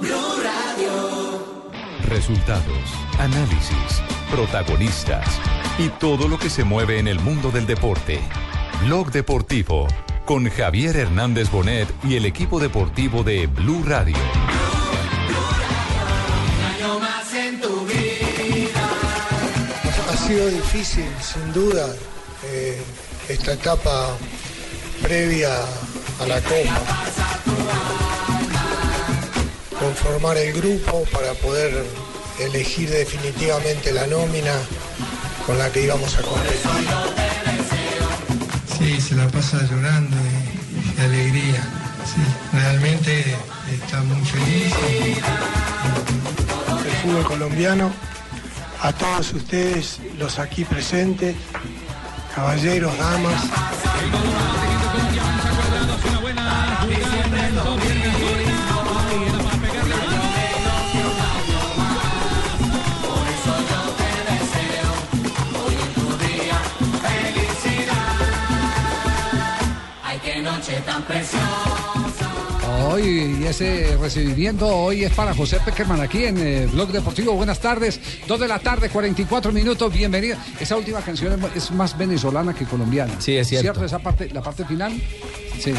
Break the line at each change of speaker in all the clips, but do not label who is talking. Blue Radio.
Resultados, análisis, protagonistas y todo lo que se mueve en el mundo del deporte. Blog Deportivo con Javier Hernández Bonet y el equipo deportivo de Blue Radio.
Año más en tu vida.
Ha sido difícil, sin duda, eh, esta etapa previa a la Copa. Conformar el grupo para poder elegir definitivamente la nómina con la que íbamos a competir.
Sí, se la pasa llorando de, de alegría. Sí, realmente
eh,
está muy feliz.
el fútbol colombiano, a todos ustedes, los aquí presentes, caballeros, damas.
Ay, qué noche tan preciosa.
Hoy y ese recibimiento hoy es para José Peckerman aquí en eh, Blog Deportivo. Buenas tardes, 2 de la tarde, 44 minutos, bienvenido. Esa última canción es mu- es más venezolana que colombiana.
Sí, es cierto.
esa parte, la parte final? Sí,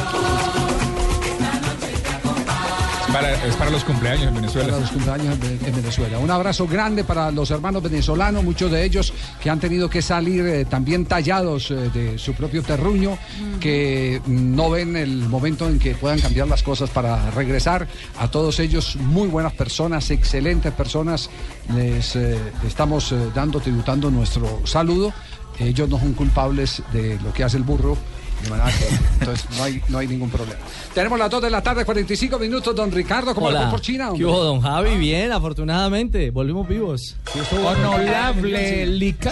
Para, es para los cumpleaños en Venezuela.
para los cumpleaños en Ve- en Venezuela. Un abrazo grande para los hermanos venezolanos, muchos de ellos que han tenido que salir eh, también tallados eh, de su propio terruño, que mm, no ven el momento en que puedan cambiar las cosas para regresar. A todos ellos, muy buenas personas, excelentes personas, les eh, estamos eh, dando, tributando nuestro saludo. Ellos no son culpables de lo que hace el burro. de manera que, Entonces no hay, no hay ningún problema. Tenemos las 2 de la tarde, 45 minutos. Don Ricardo, ¿cómo le fue por China?
¿Qué
hombre? Ah.
hubo, don Javi? Bien, afortunadamente. Volvimos vivos.
Honorable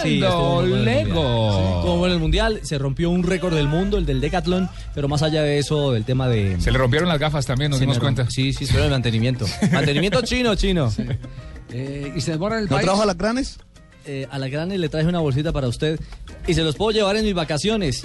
Sí, estuvo
Licando
muy bueno el Mundial. Sí, estuvo
Lego.
bueno el mundial. Se rompió un récord del mundo, el del Decathlon. Pero más allá de eso, el tema de.
Se le rompieron las gafas también, nos
se
dimos
me romp-
cuenta.
Sí, sí, solo el mantenimiento. mantenimiento chino, chino.
Eh, y se demora en el
¿No
país.
trabajo alacranes?
Eh, a la grande le traje una bolsita para usted y se los puedo llevar en mis vacaciones.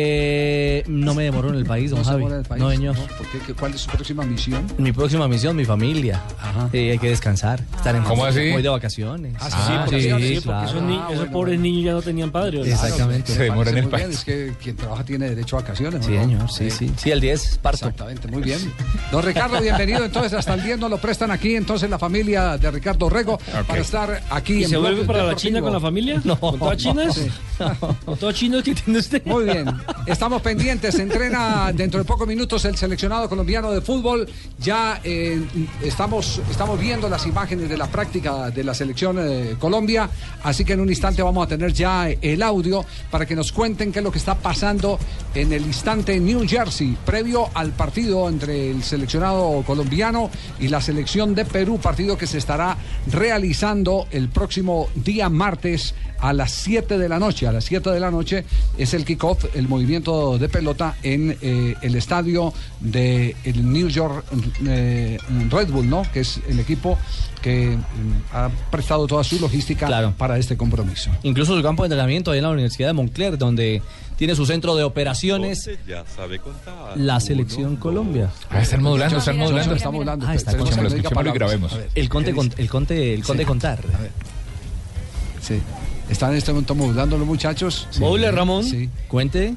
Eh, no me demoro en el país, don
No se
Javi.
demora en el país.
No, señor.
No, ¿por qué? ¿Qué- ¿Cuál es su próxima misión?
Mi próxima misión, mi familia.
Ajá.
Eh, hay que descansar. Estar en
Ah, ¿Cómo así?
Voy de vacaciones.
Ah,
sí, porque
sí,
sí, porque
claro.
Esos, ni-
Ah,
esos
bueno,
pobres
bueno.
niños ya no tenían padre. ¿o no?
Exactamente.
Se demora en
Parece
el
muy bien,
país.
Es que quien trabaja tiene derecho a vacaciones.
Sí,
¿no?
señor, sí,
Eh,
sí. Sí, el 10, parto.
Exactamente, muy bien. Don Ricardo, bienvenido. Entonces, hasta el 10 nos lo prestan aquí. Entonces, la familia de Ricardo Rego para estar aquí
¿Y
en
se vuelve
Bloque
para la
Deportivo.
China con la familia?
No.
¿Con todas chinas?
Sí.
¿Con todas chinas que tiene usted?
Muy bien, estamos pendientes. Se entrena dentro de pocos minutos el seleccionado colombiano de fútbol. Ya eh, estamos, estamos viendo las imágenes de la práctica de la selección eh, Colombia. Así que en un instante vamos a tener ya el audio para que nos cuenten qué es lo que está pasando en el instante en New Jersey, previo al partido entre el seleccionado colombiano y la selección de Perú, partido que se estará realizando el próximo día martes a las 7 de la noche. A las 7 de la noche es el kickoff, el movimiento de pelota en eh, el estadio de el New York eh, Red Bull, ¿no? Que es el equipo que mm, ha prestado toda su logística
Claro.
para este compromiso.
Incluso su campo de entrenamiento ahí en la Universidad de Montclair, donde tiene su centro de operaciones
Ya sabe contar.
la Selección Colombia.
Ah, están modulando, están
Johnson,
modulando.
estamos modulando.
Ah, está
Entonces,
escuchando,
no diga
escuchémoslo y
palabras.
grabemos.
A ver,
El
¿qué
conte,
dice?
con- el conte, el conte contar.
A ver. Sí. Están en este momento modulando los muchachos.
Móvil Ramón.
Sí.
Cuente.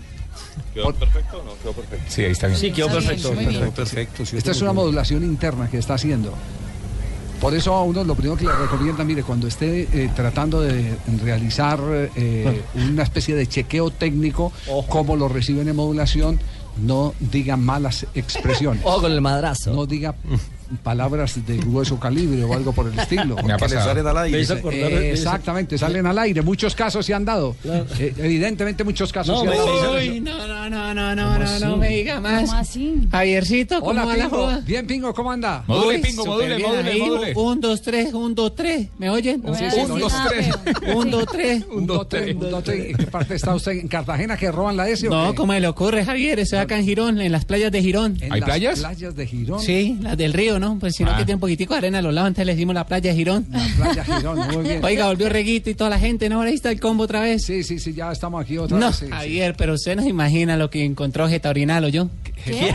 ¿Quedó perfecto o no? Quedó perfecto.
Sí, ahí está bien.
Sí, quedó perfecto.
perfecto.
Esta es una modulación interna que está haciendo. Por eso a uno lo primero que le recomienda, mire, cuando esté eh, tratando de realizar eh, una especie de chequeo técnico, como lo reciben en modulación, no diga malas expresiones.
Ojo con el madrazo.
No diga palabras de grueso calibre o algo por el estilo.
Me ha
Que le
pasado.
salen al
Me
aire.
hizo acordar.
Eh, exactamente, salen al aire. Muchos casos se han dado. Eh, evidentemente muchos casos
No,
se han
me-
dado.
me hizo-
¿Cómo así?
Javiercito,
Hola, Pingo. Bien, Pingo, ¿cómo anda?
Module, pingo, module, module, module.
Un, dos, tres, un, dos, tres. ¿Me oyen?
No me
Sí,
va a
sí,
decir
un, dos,
nada,
tres.
pero-
Un,
Sí.
dos, tres.
Un, dos, tres, un, dos, tres. ¿En qué parte está usted? ¿En Cartagena que roban la S o
No,
qué?
como le ocurre, Javier, eso es acá en Girón, en las playas de Girón.
¿En
¿Hay
las
playas?
playas de Girón.
Sí, las del río, ¿no? Pues sino
Ah.
que tiene un poquitico de arena a los lados, antes le hicimos la playa de Girón.
Playa Girón, muy bien.
Oiga, volvió Reguito y toda la gente, ¿no? Ahora ahí está el combo otra vez.
Sí, sí, sí, ya estamos aquí otra
no,
vez, sí, sí.
Javier, pero usted no se imagina lo que encontró Getaurinal, ¿o yo?
¿Qué?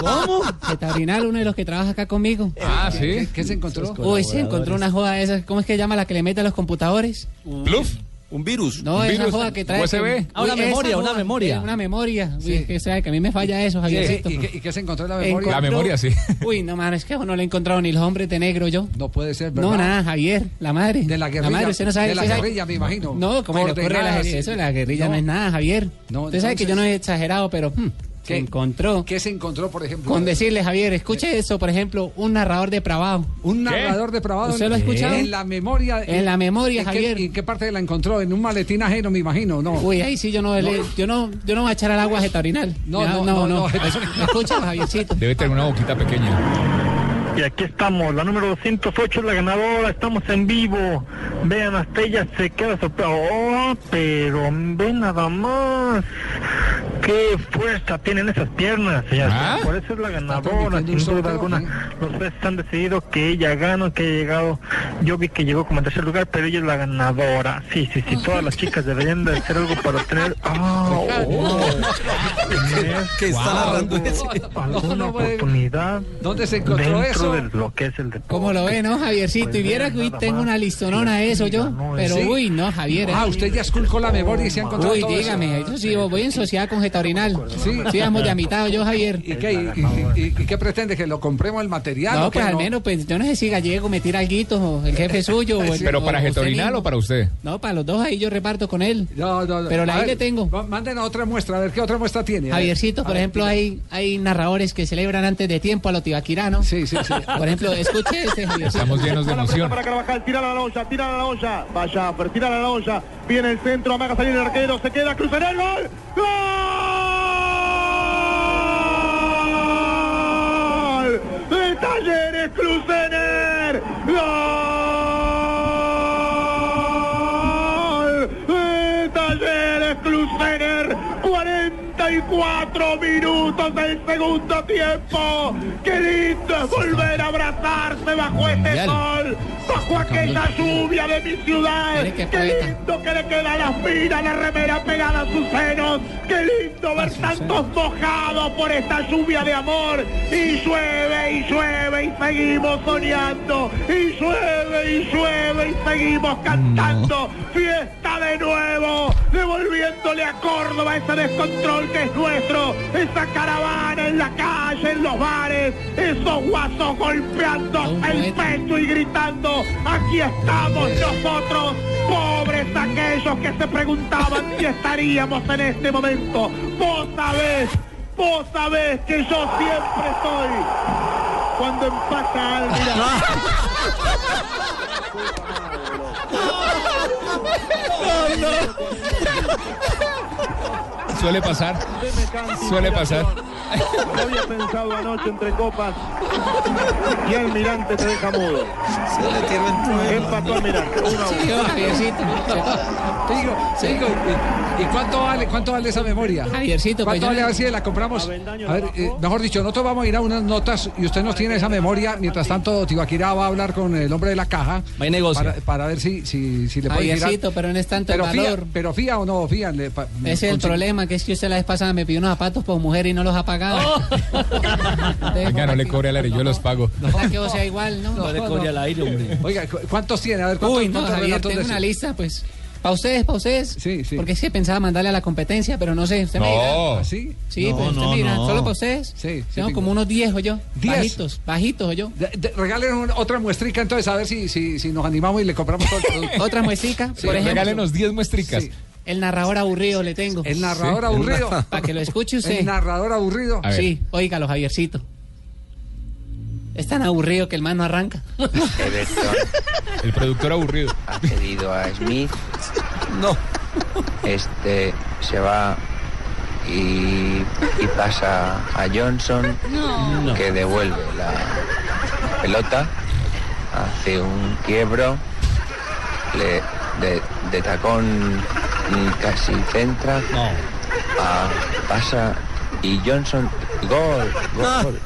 ¿Cómo? Getaurinal, uno de los que trabaja acá conmigo.
Ah, sí. ¿Qué, qué se encontró?
Uy, se encontró una joda de esas, ¿cómo es que llama la que le mete a los computadores?
Bluff. Un virus.
No, esa joda que trae. que-
Ah, una
Uy, esa
memoria, una
joda,
memoria.
eh, Una memoria. Uy,
Sí.
es que, sabe que a mí me falla eso,
¿Y qué-
Javiercito.
y qué, y qué se encontró en la memoria?
La memoria, sí.
Uy, no, mano, es que no le he encontrado ni los hombres de negro yo.
No puede ser, ¿verdad?
No, nada, Javier, la madre.
De la guerrilla.
La madre, usted no sabe.
de la
usted sabe-
guerrilla, me imagino.
No, como le ocurre a la
Coordenadas y-
guerrilla. Eso de la guerrilla no, es nada, Javier.
No,
usted sabe que
entonces-
yo no he exagerado, pero hmm, se
¿Qué?
encontró.
¿Qué se encontró, por ejemplo?
Con decirle, Javier, escuche eso, por ejemplo, un narrador depravado.
Eh. Un narrador depravado.
¿Usted lo ha
en-
escuchado?
En la memoria.
En la memoria,
¿En qué-
Javier.
¿Y en qué parte la encontró? En un maletín ajeno, me imagino, ¿no?
Uy, ahí sí yo no, le- yo no, yo no voy a echar al agua getaurinal.
No,
Me da-
no, no, no.
Es- Escúchalo, Javiercito.
Debe tener una boquita pequeña.
Y aquí estamos, la número 208 es la ganadora, estamos en vivo. Vean, hasta ella se queda sorpresa. Oh, pero ve nada más. Qué fuerza tienen esas piernas, señor.
Ah.
Por eso es la ganadora,
transmitiendo un
sin duda
sorteo,
alguna. Los tres han decidido que ella gana, que ha llegado. Yo vi que llegó como en tercer lugar, pero ella es la ganadora. Sí, sí, sí, todas las chicas deberían de hacer algo para tener... Ah, oh,
¿Qué está narrando No,
alguna
no puede-
oportunidad
¿Dónde se encontró
dentro
eso?
de lo que es el deporte.
Como lo ve, ¿no, Javiercito?
Pues
Y viera que hoy tengo una listonona de eso yo. Pero
¿Sí?
uy, no, Javier.
Ah,
eh.
usted ya esculcó la memoria y se ha encontrado
Uy,
todo eso.
dígame, yo sí voy en sociedad con Getaurinal.
Sí.
Sí, vamos de a mitad, yo, Javier.
¿Y qué, y- y- y- y qué pretende? ¿Que lo compremos el material?
No,
o que
pues al menos, pues yo no sé si Gallego me tira alguito, o el jefe suyo. o el-
¿Pero
o
para
usted
Getorinal
mismo.
o para usted?
No, para los dos ahí yo reparto con él.
No, no, no.
Pero la
A
ahí
ver,
le tengo.
va- Mándenos otra muestra, a ver qué otra muestra tiene. A ver.
Javiercito, por
A ver,
ejemplo,
tira.
hay, hay narradores que celebran antes de tiempo a los tibaquiranos.
Sí, sí, sí.
Por ejemplo, escuche este, Javiercito.
Estamos llenos de
Bola
emoción.
Para Carvajal, tira la olla, tira la olla. Vaya, pero tira la olla. Viene el centro, amaga salir el arquero, se queda, cruzará el gol. ¡Gol! ¡De Talleres Cruzener! ¡Gol! ¡De Talleres Cruzener! 44 minutos del segundo tiempo. ¡Qué lindo es volver a abrazarse bajo este
Mundial.
sol! ¡Bajo aquella lluvia de mi ciudad!
Mire qué
¡Qué
poeta.
lindo que le queda la fina, la remera pegada a sus senos! ¡Qué lindo ver tantos mojados por esta lluvia de amor! ¡Y llueve, y llueve, y seguimos soñando! ¡Y llueve, y llueve, y seguimos cantando! ¡Fiesta de nuevo! Devolviéndole a Córdoba ese descontrol que es nuestro, esa caravana en la calle, en los bares, esos guasos golpeando
Un
el
poeta.
pecho y gritando, aquí estamos nosotros, pobres aquellos que se preguntaban si estaríamos en este momento. Vos sabés, vos sabés que yo siempre estoy cuando empata algo.
Suele pasar. Suele pasar.
Lo había pensado anoche entre copas y Almirante te deja mudo. Empató Almirante, uno a uno.
Sí, yo, Javiercito.
Digo, digo, ¿y, y cuánto vale cuánto vale esa memoria?
Javiercito,
¿Cuánto
pues yo
vale
le-
a ver si la compramos? A ver, eh, mejor dicho, nosotros vamos a ir a unas notas y usted nos tiene esa memoria. Mientras tanto, Tibaquira va a hablar con el hombre de la caja.
Va y negocia.
Para, para ver si, si, si le puede girar.
Javiercito, pero no es tanto el
Pero fía,
valor.
pero fía o no fía. le pa-
Ese es el
consi-
problema, que es que usted la vez pasada me pidió unos zapatos por mujer y no los ha
Oh.
pagado.
Venga, no le cobre al aire, yo los pago.
Ojalá que vos sea igual, ¿no?
No le cobre al aire, hombre.
Oiga, ¿cu- ¿cuántos tiene? A ver, ¿cuántos,
Uy, no,
cuántos
Javier,
relatos
tengo
de
una
esos?
lista, pues. Para ustedes, para ustedes.
Sí, sí.
Porque es que pensaba mandarle a la competencia, pero no sé. Usted me dirá.
No.
¿Ah, ¿Sí?
Sí,
No,
pues usted
no,
me dirá.
no.
¿Solo para ustedes?
Sí, sí,
Tengo
tengo.
como unos 10 o yo.
¿Diez?
Bajitos, bajitos o yo.
De- de- regalen un- otra muestrica entonces a ver si, si, si nos animamos y le compramos todo el producto.
Otra muestica,
Sí,
por ejemplo.
Regálenos 10 muestricas.
Sí.
El narrador aburrido le tengo.
El narrador aburrido.
Para que lo escuche usted.
El narrador aburrido.
A ver.
Sí, óigalo, Javiercito. Es tan aburrido que el man no arranca.
Everton
El productor aburrido.
ha cedido a Smith. No. Este se va y, y pasa a Johnson, que devuelve la pelota, hace un quiebro, le, de, de tacón mm, casi centra, ah, pasa y Johnson, gol, gol.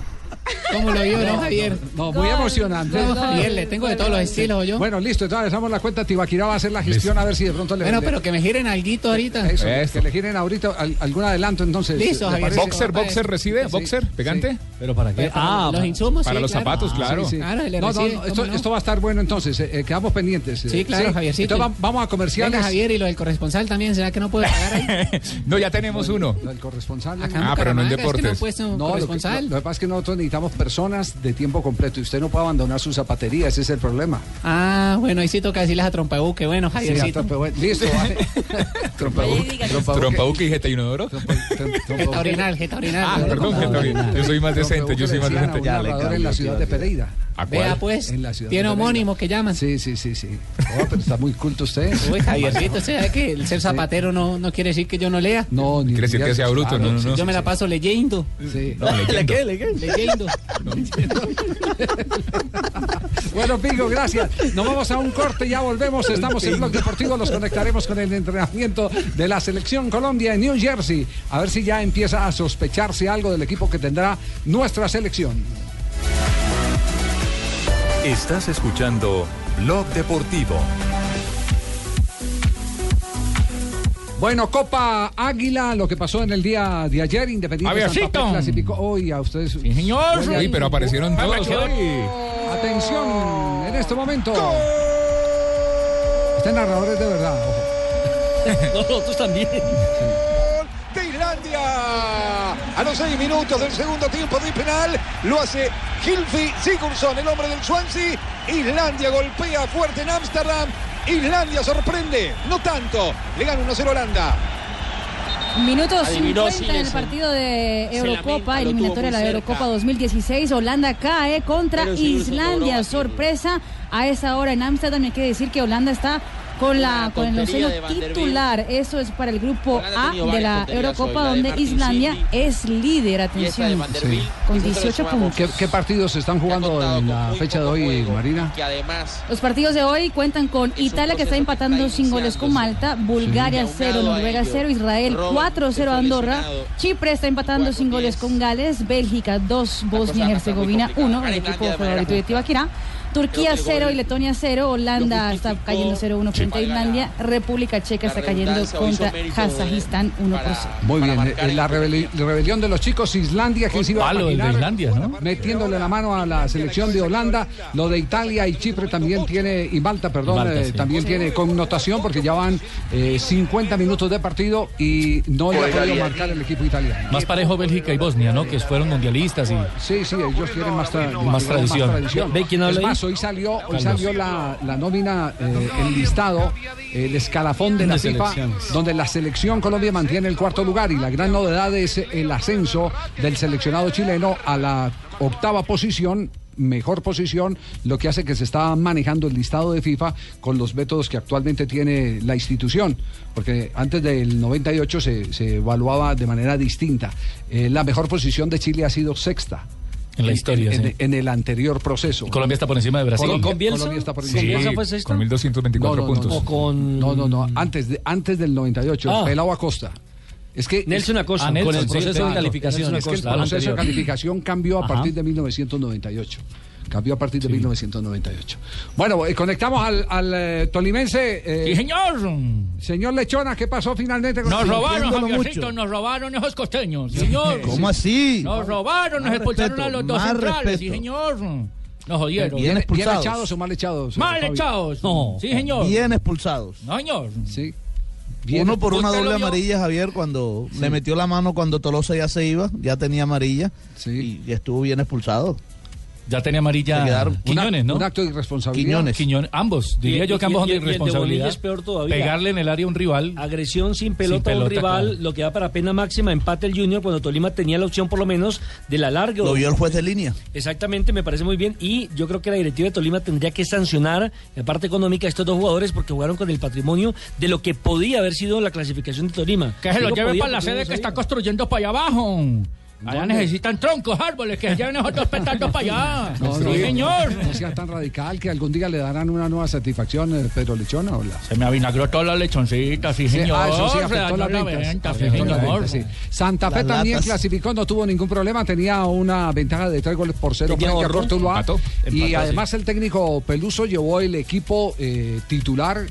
¿Cómo lo vio, no, Javier?
No, muy emocionante.
No, Javier, le tengo de todos los estilos, yo.
Bueno, listo, entonces damos la cuenta. Tibaquirá va a hacer la gestión a ver si de pronto le
Bueno,
le-
pero que me giren alguito ahorita.
Eso, que le giren ahorita al- algún adelanto entonces.
Listo,
¿le
Javier,
parece?
Boxer, boxer recibe, boxer,
pegante.
¿Pero para
qué? Ah, los insumos,
para sí, los claro. zapatos, claro.
Claro, le
no, no,
recibe,
no,
¿cómo
esto,
no?
esto va a estar bueno entonces, eh, eh, quedamos pendientes. eh.
Sí, claro, Javiercito.
Entonces va- vamos a comerciales.
Venga, Javier, y lo del corresponsal también, ¿será que no puede pagar ahí?
No, ya tenemos uno.
El corresponsal.
Acá en Ah, pero no en Bucaramanga, es que no ha deportes. puesto un
lo, que,
corresponsal.
lo- lo que pasa es que nosotros necesitamos personas de tiempo completo y usted no puede abandonar su zapatería, ese es el problema.
Ah, bueno, ahí sí toca decirles a Trompabuque. Bueno,
Sí,
Javiercito.
a Trompabuque. Listo, vale.
Trompabuque y Geta y Inodoro.
Geta orinal, geta orinal.
Ah, perdón, Geta orinal. Yo soy más decente, yo soy más
Decían a
decente.
un narrador en la ciudad de Pereira.
¿A
Vea, pues,
En la ciudad
tiene
de Pereira.
homónimo que llaman.
Sí, sí, sí, sí. Oh, pero está muy culto usted.
Uy, Javiercito, ¿sabes que el ser zapatero no, no quiere decir que yo no lea?
No, ni
Quiere decir que sea bruto,
Claro,
no, no, no.
Yo me la paso leyendo.
Sí.
No, leyendo. ¿Le qué, le qué?
Leyendo.
Bueno, Pingo, gracias. Nos vamos a un corte, ya volvemos. Estamos en Blog Deportivo, los conectaremos con el entrenamiento de la Selección Colombia en New Jersey. A ver si ya empieza a sospecharse algo del equipo que tendrá nuestra selección.
Estás escuchando Blog Deportivo.
Bueno, Copa Águila, lo que pasó en el día de ayer, Independiente Santa
Avioncito.
Fe clasificó hoy a ustedes.
Señor.
Oye,
Uy, pero aparecieron
Oye,
todos hoy.
Atención, en este momento. Este narrador es de verdad. ojo.
Nosotros también.
de Islandia. A los seis minutos del segundo tiempo de penal lo hace Hilfi Sigurdsson, el hombre del Swansea. Islandia golpea fuerte en Ámsterdam. Islandia sorprende, no tanto. Le gana 1-0 Holanda.
Minuto
Adivinó
50 en el
Silesen.
partido de
Se
Eurocopa,
lamenta, lo tuvo
eliminatoria de
muy
la
cerca.
Eurocopa 2016. Holanda cae contra
Pero Silesen
Islandia. Sorpresa a esa hora en Ámsterdam. Hay que decir que Holanda está con, la, con el
tontería
onceño
de Van der Beek.
titular. Eso es para el grupo
ha
A
tenido
de
varias
la
tonterías
Eurocopa,
hoy, la de
donde
Martin
Islandia es líder. Atención, con 18 puntos.
¿Qué, qué partidos se están jugando en la fecha de hoy, Marina?
Que además
Los partidos de hoy cuentan con Italia que está empatando sin goles con Malta, Bulgaria
Sí.
0,
Aunado a
Noruega
ello,
0, Israel
Robert
4-0
se fue
Andorra,
lesionado.
Chipre está empatando sin goles con Gales, Bélgica 2, Bosnia y Herzegovina 1, el equipo favorito de Tibaquirá. Turquía 0 y Letonia 0, Holanda está cayendo 0-1 frente a Islandia, República Checa está cayendo
redundancia, hizo
contra
mérito
Kazajistán 1 0.
Muy bien, eh, la rebeli- la rebelión de los chicos Islandia, que se iba a
Palo, el de
imaginar
Islandia, ¿no?
metiéndole la mano a la selección de Holanda, lo de Italia y Chipre también tiene, y Malta, perdón,
Y Malta,
eh,
sí.
también
Sí.
tiene connotación porque ya van eh, 50 minutos de partido y no le ha
Juega
podido
bien.
marcar el equipo italiano.
Más parejo Bélgica y Bosnia, ¿no? Que fueron mundialistas y.
Sí, sí, ellos tienen más, tra-
Más
más
tradición.
tradición.
Ve, ¿quién habla
es
ahí?
más, hoy salió, hoy
Carlos.
salió la, la nómina, eh, el listado, el escalafón de la
De
FIFA,
selecciones.
donde la selección Colombia mantiene el cuarto lugar y la gran novedad es el ascenso del seleccionado chileno a la octava posición mejor posición, lo que hace que se está manejando el listado de FIFA con los métodos que actualmente tiene la institución, porque antes del 98 se, se evaluaba de manera distinta. Eh, la mejor posición de Chile ha sido sexta.
En la historia,
en,
sí.
en el anterior proceso.
Colombia está por encima de Brasil.
Colombia,
¿Con Bielsa?
Colombia está por
Sí,
encima.
¿Con Bielsa fue sexta? con 1224 puntos.
No,
O con-
no, no, no, antes, de, antes del 98,
Ah.
Pelao Acosta. Es que
Nelson Acosta,
Ah,
con el proceso de
claro.
calificación.
Es que el
Acosta,
proceso de
anterior.
calificación cambió a
Ajá.
partir de 1998. Cambió a partir de 1998. Bueno, eh, conectamos al, al eh, tolimense. eh,
Sí, señor.
Señor Lechona, ¿qué pasó finalmente? con-
Nos robaron,
Entiéndolo mucho.
Javiercito, nos robaron esos costeños, señor.
¿Cómo así?
Nos robaron, nos
Más
expulsaron
respeto,
a los dos
más
centrales, sí,
respeto.
señor. Nos jodieron.
Bien, bien echados o mal echados.
Mal
Fabio?
echados. Sí, señor.
Bien expulsados.
No, señor.
Sí.
Uno por una
¿Usted lo
doble
vio?
amarilla, Javier, cuando le metió la mano cuando Tolosa ya se iba, ya tenía amarilla y, y estuvo bien expulsado.
Ya tenía amarilla
Se quedaron-
Quiñones, ¿no?
Un acto de irresponsabilidad.
Quiñones. ambos. Diría Y-
y-
yo que ambos son
y-
de
y el de
irresponsabilidad.
Bolivia es peor todavía.
Pegarle en el área a un rival.
Agresión sin
Sin
pelota a un
pelota,
rival,
claro.
lo que da para pena máxima, empate el Junior cuando Tolima tenía la opción por lo menos de la larga.
Lo vio el juez de línea.
Exactamente, me parece muy bien y yo creo que la directiva de Tolima tendría que sancionar en parte económica a estos dos jugadores porque jugaron con el patrimonio de lo que podía haber sido la clasificación de Tolima.
Que se lo
Digo,
lleve
podía
para la
porque no
sede
lo
que
sabía.
está construyendo para allá abajo.
Allá necesitan troncos, árboles, que se lleven esos dos petardos para allá.
No,
Sí,
no,
señor.
No sea tan radical que algún día le darán una nueva satisfacción, eh, Pedro Lechona. Hola.
Se me avinagró toda la lechoncita, sí, señor.
ah, eso sí,
Se
afectó
dañó
las
la
ventas,
venta, sí,
afectó las
señor.
ventas, sí. Santa Fe
Las
también
latas.
clasificó, no tuvo ningún problema, tenía una ventaja de tres goles por cero
Tenía
frente a
ahorro.
Porto Tuluá.
Empató. Empató,
Y
sí.
además el técnico Peluso llevó el equipo eh, titular,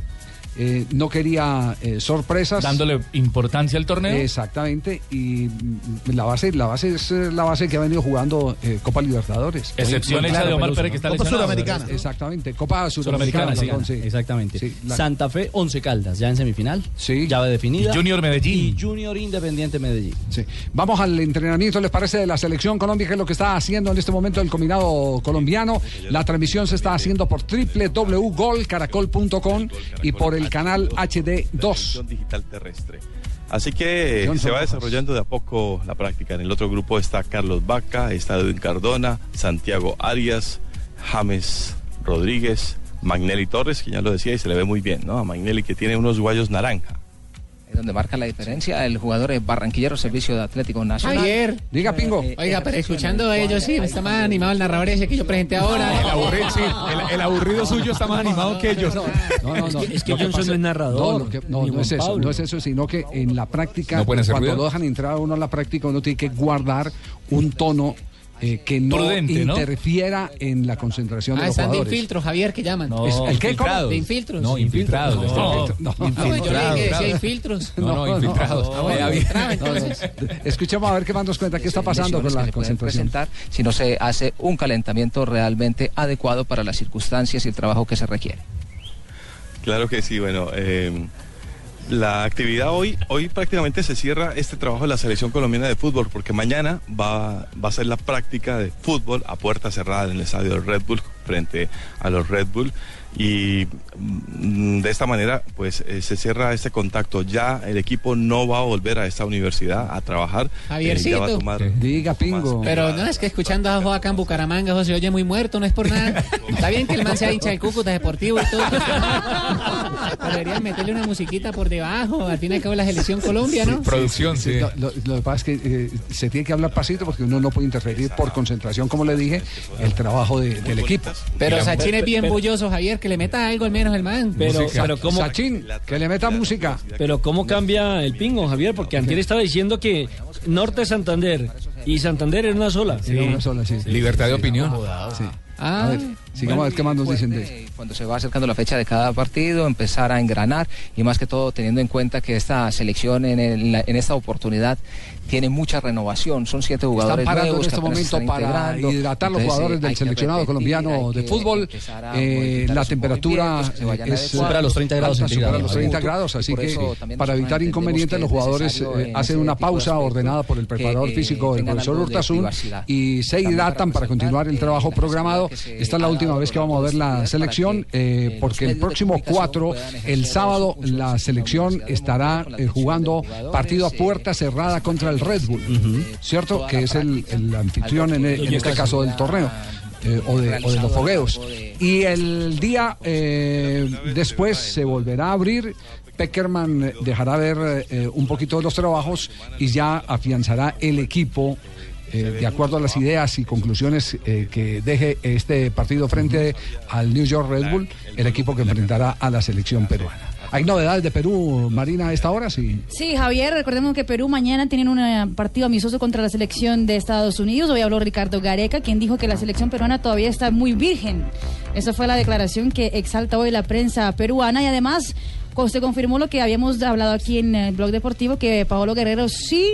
eh, no quería eh, sorpresas.
Dándole importancia al torneo.
Exactamente, y mm, la base, la base es eh, la base que ha venido jugando eh, Copa Libertadores.
Excepción hecha de Omar Pérez, que está
Copa
lesionado.
Suramericana.
Exactamente, Copa Suramericana.
Suramericana, sí.
perdón, sí.
Exactamente.
la-
Santa Fe, Once Caldas, ya en semifinal.
Sí.
Llave definida.
Y Junior Medellín.
Y Junior Independiente Medellín.
Sí. Vamos al entrenamiento, ¿les parece? De la selección Colombia, que es lo que está haciendo en este momento el combinado colombiano. La transmisión se está haciendo por www.golcaracol.com y por el canal HD2.
digital terrestre. Así que eh,
Johnson
se va
Rojas.
desarrollando de a poco la práctica. En el otro grupo está Carlos Vaca, está Edwin Cardona, Santiago Arias, James Rodríguez, Magnelli Torres, que ya lo decía y se le ve muy bien, ¿no? A Magnelli que tiene unos guayos naranja.
Es donde marca la diferencia el jugador es barranquillero servicio de Atlético Nacional.
Javier.
Diga, Pingo.
Eh,
Oiga, pero escuchando a ellos, sí, está más animado el narrador ese que yo presenté ahora.
El aburrido, sí, el, el aburrido suyo está más animado que ellos.
No, no, no.
Es que
Lo
Johnson
pasa-
no es narrador,
No, lo que- no,
ni
no es
Juan
eso,
Pablo.
no es eso, sino que en la práctica,
No pueden hacer
cuando
ruido.
lo dejan entrar a uno a la práctica, uno tiene que guardar un tono eh, que no
Prudente, ¿no?
interfiera en la concentración de
Ah,
los
están de
jugadores.
infiltros, Javier, que llaman.
No, Es- ¿el qué? ¿Cómo?
De infiltros.
No, infiltrados,
No,
no, no,
no, Ah, yo le dije que decía infiltros.
No, no, infiltrados.
Ah, bueno,
Eh, había-
infiltrado, entonces.
Escuchemos a ver qué más nos cuenta, qué está pasando con
lesiones que
la
le pueden
concentración.
presentar si no se hace un calentamiento realmente adecuado para las circunstancias y el trabajo que se requiere.
Claro que sí, bueno, eh, la actividad hoy, hoy prácticamente se cierra este trabajo de la selección colombiana de fútbol, porque mañana va, va a ser la práctica de fútbol a puerta cerrada en el estadio del Red Bull, frente a los Red Bull, y mm, de esta manera pues eh, se cierra este contacto. Ya el equipo no va a volver a esta universidad a trabajar. eh, ya va a
Javiercito.
tomar
Diga, Pingo.
Pero no, es que escuchando a Joaca en Bucaramanga, José, oye muy muerto, no es por nada. Está bien que el man sea hincha del Cúcuta Deportivo y todo. pero Deberían meterle una musiquita por debajo. Al fin y al cabo, la selección Colombia, ¿no?
Producción, sí. Lo, lo- lo que pasa es que eh, se tiene que hablar pasito porque uno no puede interferir por concentración, como le dije, el trabajo de- del equipo.
Pero Sachin es bien bulloso, Javier, que le meta algo al menos el man.
Pero, pero ¿cómo,
Sachin, que le meta música.
Pero ¿cómo cambia el pingo, Javier? Porque antier estaba diciendo que Norte Santander y Santander era una sola.
Era una sola, sí.
Libertad de opinión.
Sí.
Ah, pues,
a ver, sigamos a ver qué más nos dicen de eso.
Cuando se va acercando la fecha de cada partido, empezar a engranar y más que todo teniendo en cuenta que esta selección en, el- en esta oportunidad tiene mucha renovación. Son siete jugadores
Están parando en
nuevos que
este
apenas se
momento
están
para
integrando.
hidratar los
Entonces,
jugadores
eh,
del
hay que
seleccionado
repetir,
colombiano
hay
de
que
fútbol.
empezar a
Eh,
modificar
la
esos
temperatura
movimientos que se vayan
es
adecuando.
supera los
30 grados
alta, supera
centígrados.
los 30 grados, así
Y por
que
eso también
para
nosotros
evitar
entendemos
inconvenientes
que
los
es
jugadores
necesario
eh,
en
hacen
ese
una
tipo de
pausa
aspectos
ordenada por el preparador
eh,
físico, el
tengan
profesor
algo de
Urtasun,
privacidad.
y se hidratan para continuar el trabajo programado. Esta es la última vez que vamos a ver la selección, eh, porque el próximo 4, el sábado, la selección estará eh, jugando partido a puerta cerrada contra el Red Bull, ¿cierto? Que es el, el anfitrión en, en este caso del torneo. eh, o, de, o de los fogueos. Y el día eh, después se volverá a abrir. Peckerman eh, dejará ver eh, un poquito de los trabajos y ya afianzará el equipo eh, de acuerdo a las ideas y conclusiones eh, que deje este partido frente al New York Red Bull, el equipo que enfrentará a la selección peruana. ¿Hay novedades de Perú, Marina, a esta hora? Sí.
Sí, Javier, recordemos que Perú mañana tienen un eh, partido amistoso contra la selección de Estados Unidos. Hoy habló Ricardo Gareca, quien dijo que la selección peruana todavía está muy virgen. Esa fue la declaración que exalta hoy la prensa peruana y además co- se confirmó lo que habíamos hablado aquí en el blog deportivo, que Paolo Guerrero sí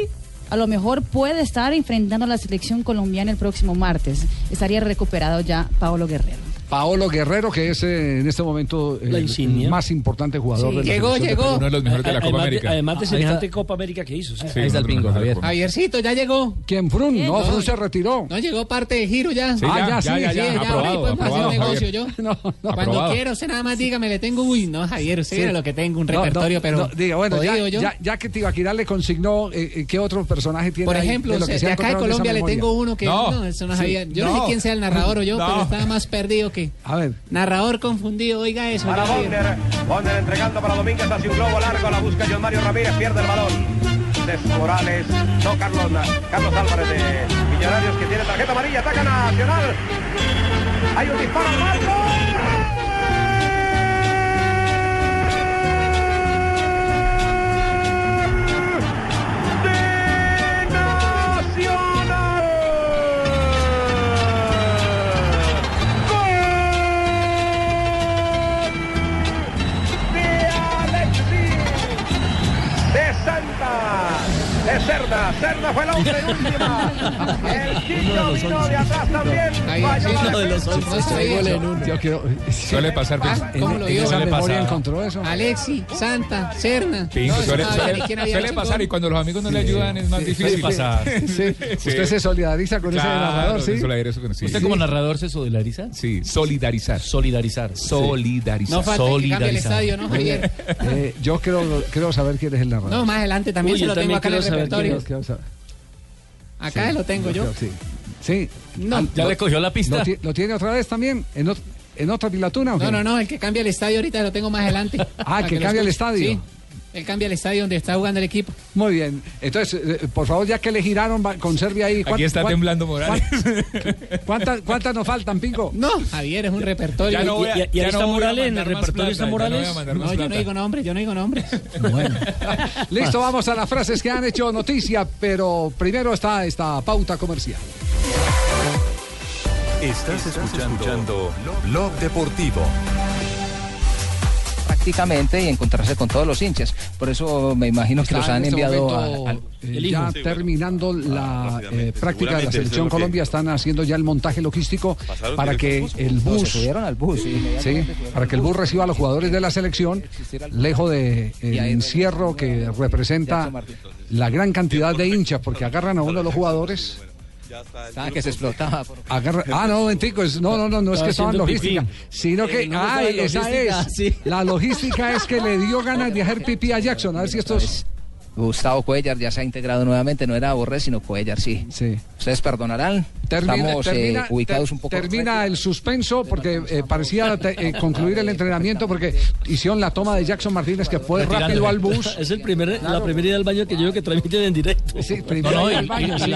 a lo mejor puede estar enfrentando a la selección colombiana el próximo martes. Estaría recuperado ya Paolo Guerrero.
Paolo Guerrero, que es eh, en este momento eh,
La
el más importante jugador
Sí.
de la
Llegó,
selección de
llegó.
Perú.
Uno de los mejores de la Copa Ah, Además de-
América.
además de
Ahí
semejante
está.
Copa América que hizo. sí.
Sí, Ahí está el uno de los pingo, mejores de la Javier. Copa.
Javiercito, ya llegó.
¿Quién, Frun? No, Frun se retiró.
No llegó parte de giro ya.
Sí, Ah, ya, ya, ya, ya,
ahora
aprobado,
podemos hacer
aprobado,
negocio
Javier.
yo. Cuando
Aprobado.
quiera, usted nada más dígame, le tengo, uy, no, Javier, usted
Sí.
era lo que tengo, un
No, no,
repertorio, pero.
no, diga, bueno, ya,
jodido yo.
ya- ya que Tibaquirá le consignó, eh, eh, ¿qué otro personaje tiene?
Por
ahí
ejemplo,
de lo que
de
se ha
acá en
encontrado en esa
Colombia le
memoria?
tengo uno que no, eso no
Sí,
sabía. Yo no. sé quién sea el narrador o yo, pero estaba más perdido que.
A ver.
Narrador confundido, oiga eso. Ah,
Para
ya,
Bonner. Bonner entregando para Domínguez hacia un globo largo. La busca John Mario Ramírez. Pierde el balón. Hernández Morales, no Carlos, Carlos Álvarez de Millonarios que tiene tarjeta amarilla, ataca Nacional. Hay un disparo al marco. de Santa, de Cerda. Cerda fue la otra y última. El Chicho vino de atrás también. Falló la defensa.
Yo quiero- Suele pasar.
Pues,
Ah,
en-
¿Cómo lo
en
vio?
esa pasada.
Alexi, Santa, Serna.
Pingo,
No,
suele,
no sabía ni
suele-
quién había
suele
hecho el
pasar
gol.
y cuando los amigos no le
Sí.
ayudan es más
Sí,
difícil.
suele pasar. Sí. Usted se solidariza con ese
Claro,
narrador,
me
¿sí?
solidarizo con- sí.
¿Usted como
narrador se solidariza? Sí, solidarizar. Solidarizar. Solidarizar.
No falta que cambie el
solidarizar.
estadio, ¿no, Javier?
Eh, yo quiero, quiero saber quién es el narrador.
No, más adelante también
Uy,
se
yo
lo tengo
también
acá en
quiero
el
saber quién
repertorio.
es, quiero saber.
Acá
Sí,
lo tengo yo.
creo, Sí. sí.
No.
Ah,
Ya
lo-
le cogió la pista.
¿Lo, ti- lo tiene otra vez también? ¿En, ot- en otra pilatuna? o qué?
No, no, no, el que cambia el estadio ahorita lo tengo más adelante.
Ah,
Para
que
lo
cambia el
escuche.
estadio.
Sí, él cambia el estadio donde está jugando el equipo.
Muy bien. Entonces, eh, por favor, ya que le giraron va- con Serbia ahí.
Aquí está temblando Morales.
¿Cuántas cuántas nos faltan, Pingo?
No, Javier, es un repertorio.
Ya no voy a- Y- y- y ya ahí no está voy a Morales, en el mandar más repertorio está plata, ya no voy a Morales. mandar
No,
más
yo no
plata.
digo nombres, yo no digo nombres.
Listo, vamos a las frases que han hecho noticia, pero primero está esta pauta comercial.
Estás escuchando Blog Deportivo.
prácticamente y encontrarse con todos los hinchas. Por eso me imagino que
Está
los han
en este
enviado
momento,
a- al-
eh, ya terminando la eh, práctica de la
Ah, seguramente, eso es lo
selección
que-
Colombia, están haciendo ya el montaje logístico
Pasaron
para que
directo al
el
bus. No,
bus,
se subieron al bus, sí,
sí,
inmediatamente subieron
para que el bus reciba a los jugadores de la selección, lejos de el encierro que representa la gran cantidad de hinchas, porque agarran a uno de los jugadores.
Estaba que se explotaba. por-
Agarra- ah, no, momentico, es- no, no, no, no es que
Estaba
estaban
haciendo
logística,
pipí.
sino que,
Eh, no,
ay,
estaba
esa
en logística,
es, la logística es que le dio ganas de hacer pipí a Jackson, a ver si estos...
Pues, Gustavo Cuellar ya se ha integrado nuevamente, no era Borré, sino Cuellar, sí. Ustedes perdonarán. Estamos eh, ubicados
ter-
un poco.
termina el suspenso porque eh, parecía te- eh, concluir el entrenamiento porque hicieron la toma de Jackson Martínez que fue rápido
Retirándome.
al bus.
Es el primer, la primera ida al baño que yo veo que transmiten en directo.
Sí,
No, no, y- y- y-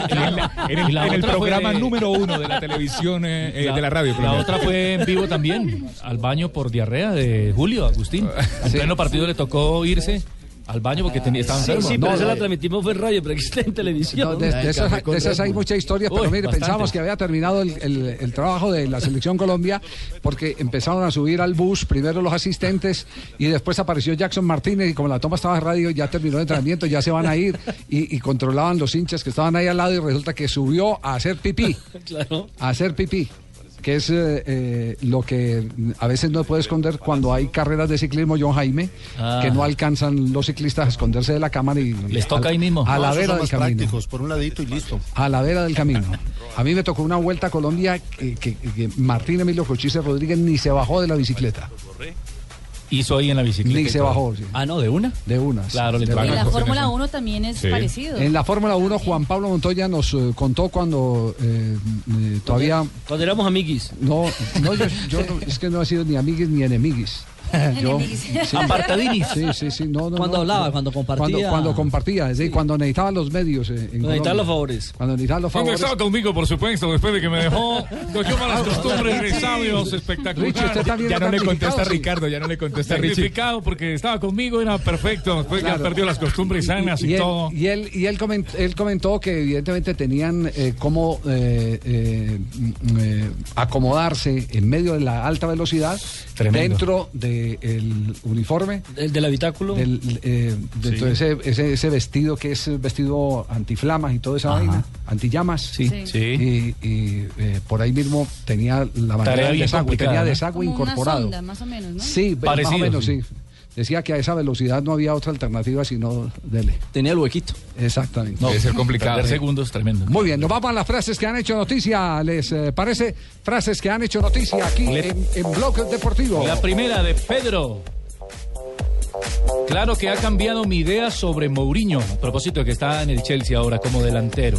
en el, en el programa número uno de la televisión, eh, eh, de la radio.
La
perdón.
otra fue en vivo también, al baño por diarrea de Julio, Agustín. En pleno partido le tocó irse al baño porque tenía, estaba
Sí,
enfermo.
sí, pero
No,
esa
no,
la transmitimos fue en radio, pero que está en televisión.
No, de, de esas, de esas hay mucha historia, pero
Uy,
mire,
bastante.
pensábamos que había terminado el, el- el trabajo de la selección Colombia porque empezaron a subir al bus primero los asistentes y después apareció Jackson Martínez y como la toma estaba en radio ya terminó el entrenamiento, ya se van a ir y, y controlaban los hinchas que estaban ahí al lado y resulta que subió a hacer pipí,
Claro.
a hacer pipí que es eh, eh, lo que a veces no puede esconder cuando hay carreras de ciclismo, John Jaime,
Ah.
que no alcanzan los ciclistas a esconderse de la cámara y
Les toca
a-
ahí mismo.
a la
No, esos
vera
son
del
más
camino
prácticos, por un ladito y listo.
a la vera del camino. A mí me tocó una vuelta a Colombia que, que- que Martín Emilio Cochise Rodríguez ni se bajó de la bicicleta.
Hizo ahí en la bicicleta.
Ni
y
se
todo.
bajó, sí.
Ah, no, de una.
De una.
Claro, le
de
pagan
una.
En la
Pues en
Fórmula
eso.
1 también es
Sí.
parecido.
En la Fórmula 1, Juan Pablo Montoya nos eh, contó cuando eh, eh, todavía.
Cuando éramos amiguis.
No, no yo, yo no- es que no ha sido ni amiguis ni enemiguis.
Enemiguis. Apartadinis.
Sí, sí, sí. No, no,
Cuando
no.
hablaba, cuando compartía.
Cuando, cuando compartía, es decir, cuando necesitaban los medios. eh, en Colombia.
necesitaban los favores.
Cuando necesitaban los
¿Dónde
favores. Ah,
estaba conmigo, por supuesto, después de que me dejó? Cogió malas costumbres de sabios
Richie, usted
espectaculares.
también Ya no está le contesta a sacrificado, sí. Ricardo, ya no le contesta a Richie.
Sacrificado porque estaba conmigo, era perfecto. Después
Claro.
ya perdió las costumbres sanas y,
él,
todo.
Y él, y él, coment- él comentó que evidentemente tenían eh, cómo eh, eh, mm, eh, acomodarse en medio de la alta velocidad
Tremendo.
dentro del uniforme.
El del habitáculo.
Del, eh, dentro de ese, ese, ese vestido que es vestido antiflamas y toda esa vaina, antillamas.
Sí. Sí.
Y, y, eh, por ahí mismo tenía la manera
Tarea
del
bien
desagüe,
complicada,
tenía
¿no?
desagüe
Como una
incorporado.
sonda, más o menos, ¿no?
Sí, ve- más o
Parecido,
menos, sí.
sí.
Decía que a esa velocidad no había otra alternativa sino dele.
Tenía el huequito.
Exactamente.
Debe ser complicado. ¿eh?
Sí.
¿eh?
Perder segundos, tremendo.
Muy bien, nos vamos a las frases que han hecho noticia, ¿les eh, parece? Frases que han hecho noticia aquí
Le-
en, en Blog Deportivo.
La primera de Pedro. Claro que ha cambiado mi idea sobre Mourinho, a propósito de que está en el Chelsea ahora como delantero.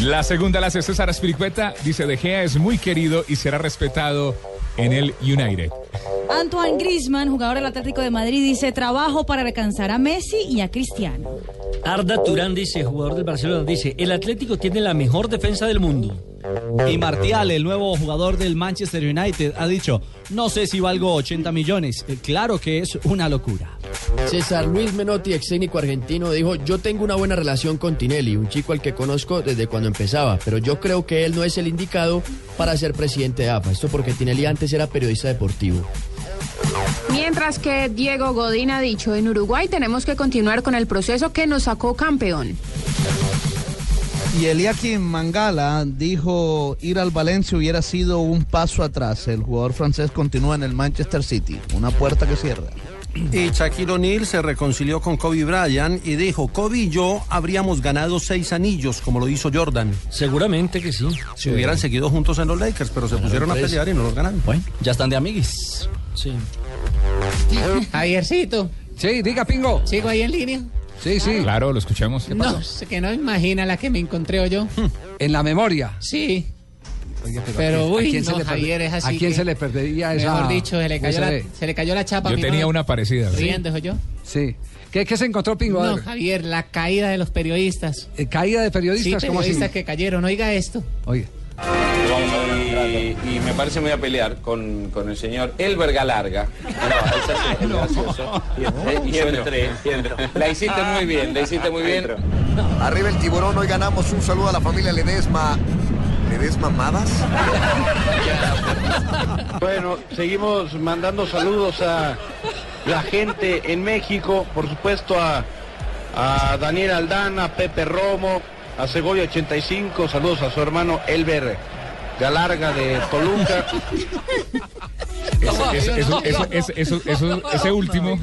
La segunda la hace César Aspiricueta. Dice, De Gea es muy querido y será respetado en el United.
Ah.
Antoine Griezmann, jugador del Atlético de Madrid, dice trabajo para alcanzar a Messi y a Cristiano.
Arda Turán dice, jugador del Barcelona, dice, el Atlético tiene la mejor defensa del mundo.
Y Martial, el nuevo jugador del Manchester United, ha dicho, no sé si valgo 80 millones. Eh, Claro que es una locura.
César Luis Menotti, ex técnico argentino, dijo, yo tengo una buena relación con Tinelli, un chico al que conozco desde cuando empezaba, pero yo creo que él no es el indicado para ser presidente de AFA. Esto porque Tinelli antes era periodista deportivo.
Mientras que Diego Godín ha dicho, en Uruguay tenemos que continuar con el proceso que nos sacó campeón.
Y Eliakim Mangala dijo ir al Valencia hubiera sido un paso atrás. El jugador francés continúa en el Manchester City, una puerta que cierra.
Y Shaquille O'Neal se reconcilió con Kobe Bryant y dijo, Kobe y yo habríamos ganado seis anillos, como lo hizo Jordan.
Seguramente que sí.
Si hubieran seguido juntos en los Lakers, pero se pusieron a
pues.
pelear y no los ganaron.
Bueno, ya están de amiguis.
Sí.
Javiercito.
Sí, diga, Pingo.
¿Sigo ahí en línea?
Sí, sí.
Claro, lo escuchamos.
No, sé que no imagina la que me encontré yo.
En la memoria.
Sí.
Oiga,
Pero, uy,
quién
no,
se le perder-
Javier, es
¿A
así
quién
que-
se le perdería esa?
Mejor dicho, se le cayó, la,
USB?
se le cayó la chapa. a
Yo
mi
tenía
mano.
una parecida. ¿sí?
Riendo, ¿soy yo.
Sí. ¿Qué, qué se encontró Pingo? A
No,
ver,
Javier, la caída de los periodistas.
eh, ¿Caída de periodistas?
sí,
¿Cómo así?
periodistas que cayeron. Oiga esto.
Oiga.
Y, y me parece me voy a pelear con, con el señor El Verga Larga. No, ese sí es gracioso. Y
Oh,
entré, Eh, y yo entré, y entré. La hiciste muy bien, la hiciste muy bien.
Arriba el tiburón, hoy ganamos un saludo a la familia Ledesma. ¿Ledesma Madas?
Bueno, seguimos mandando saludos a la gente en México, por supuesto a, a Daniel Aldana, a Pepe Romo, a Segovia 85, saludos a su hermano Elber Galarga de Toluca.
Eso- eso- eso- eso- eso- eso- eso- ese último,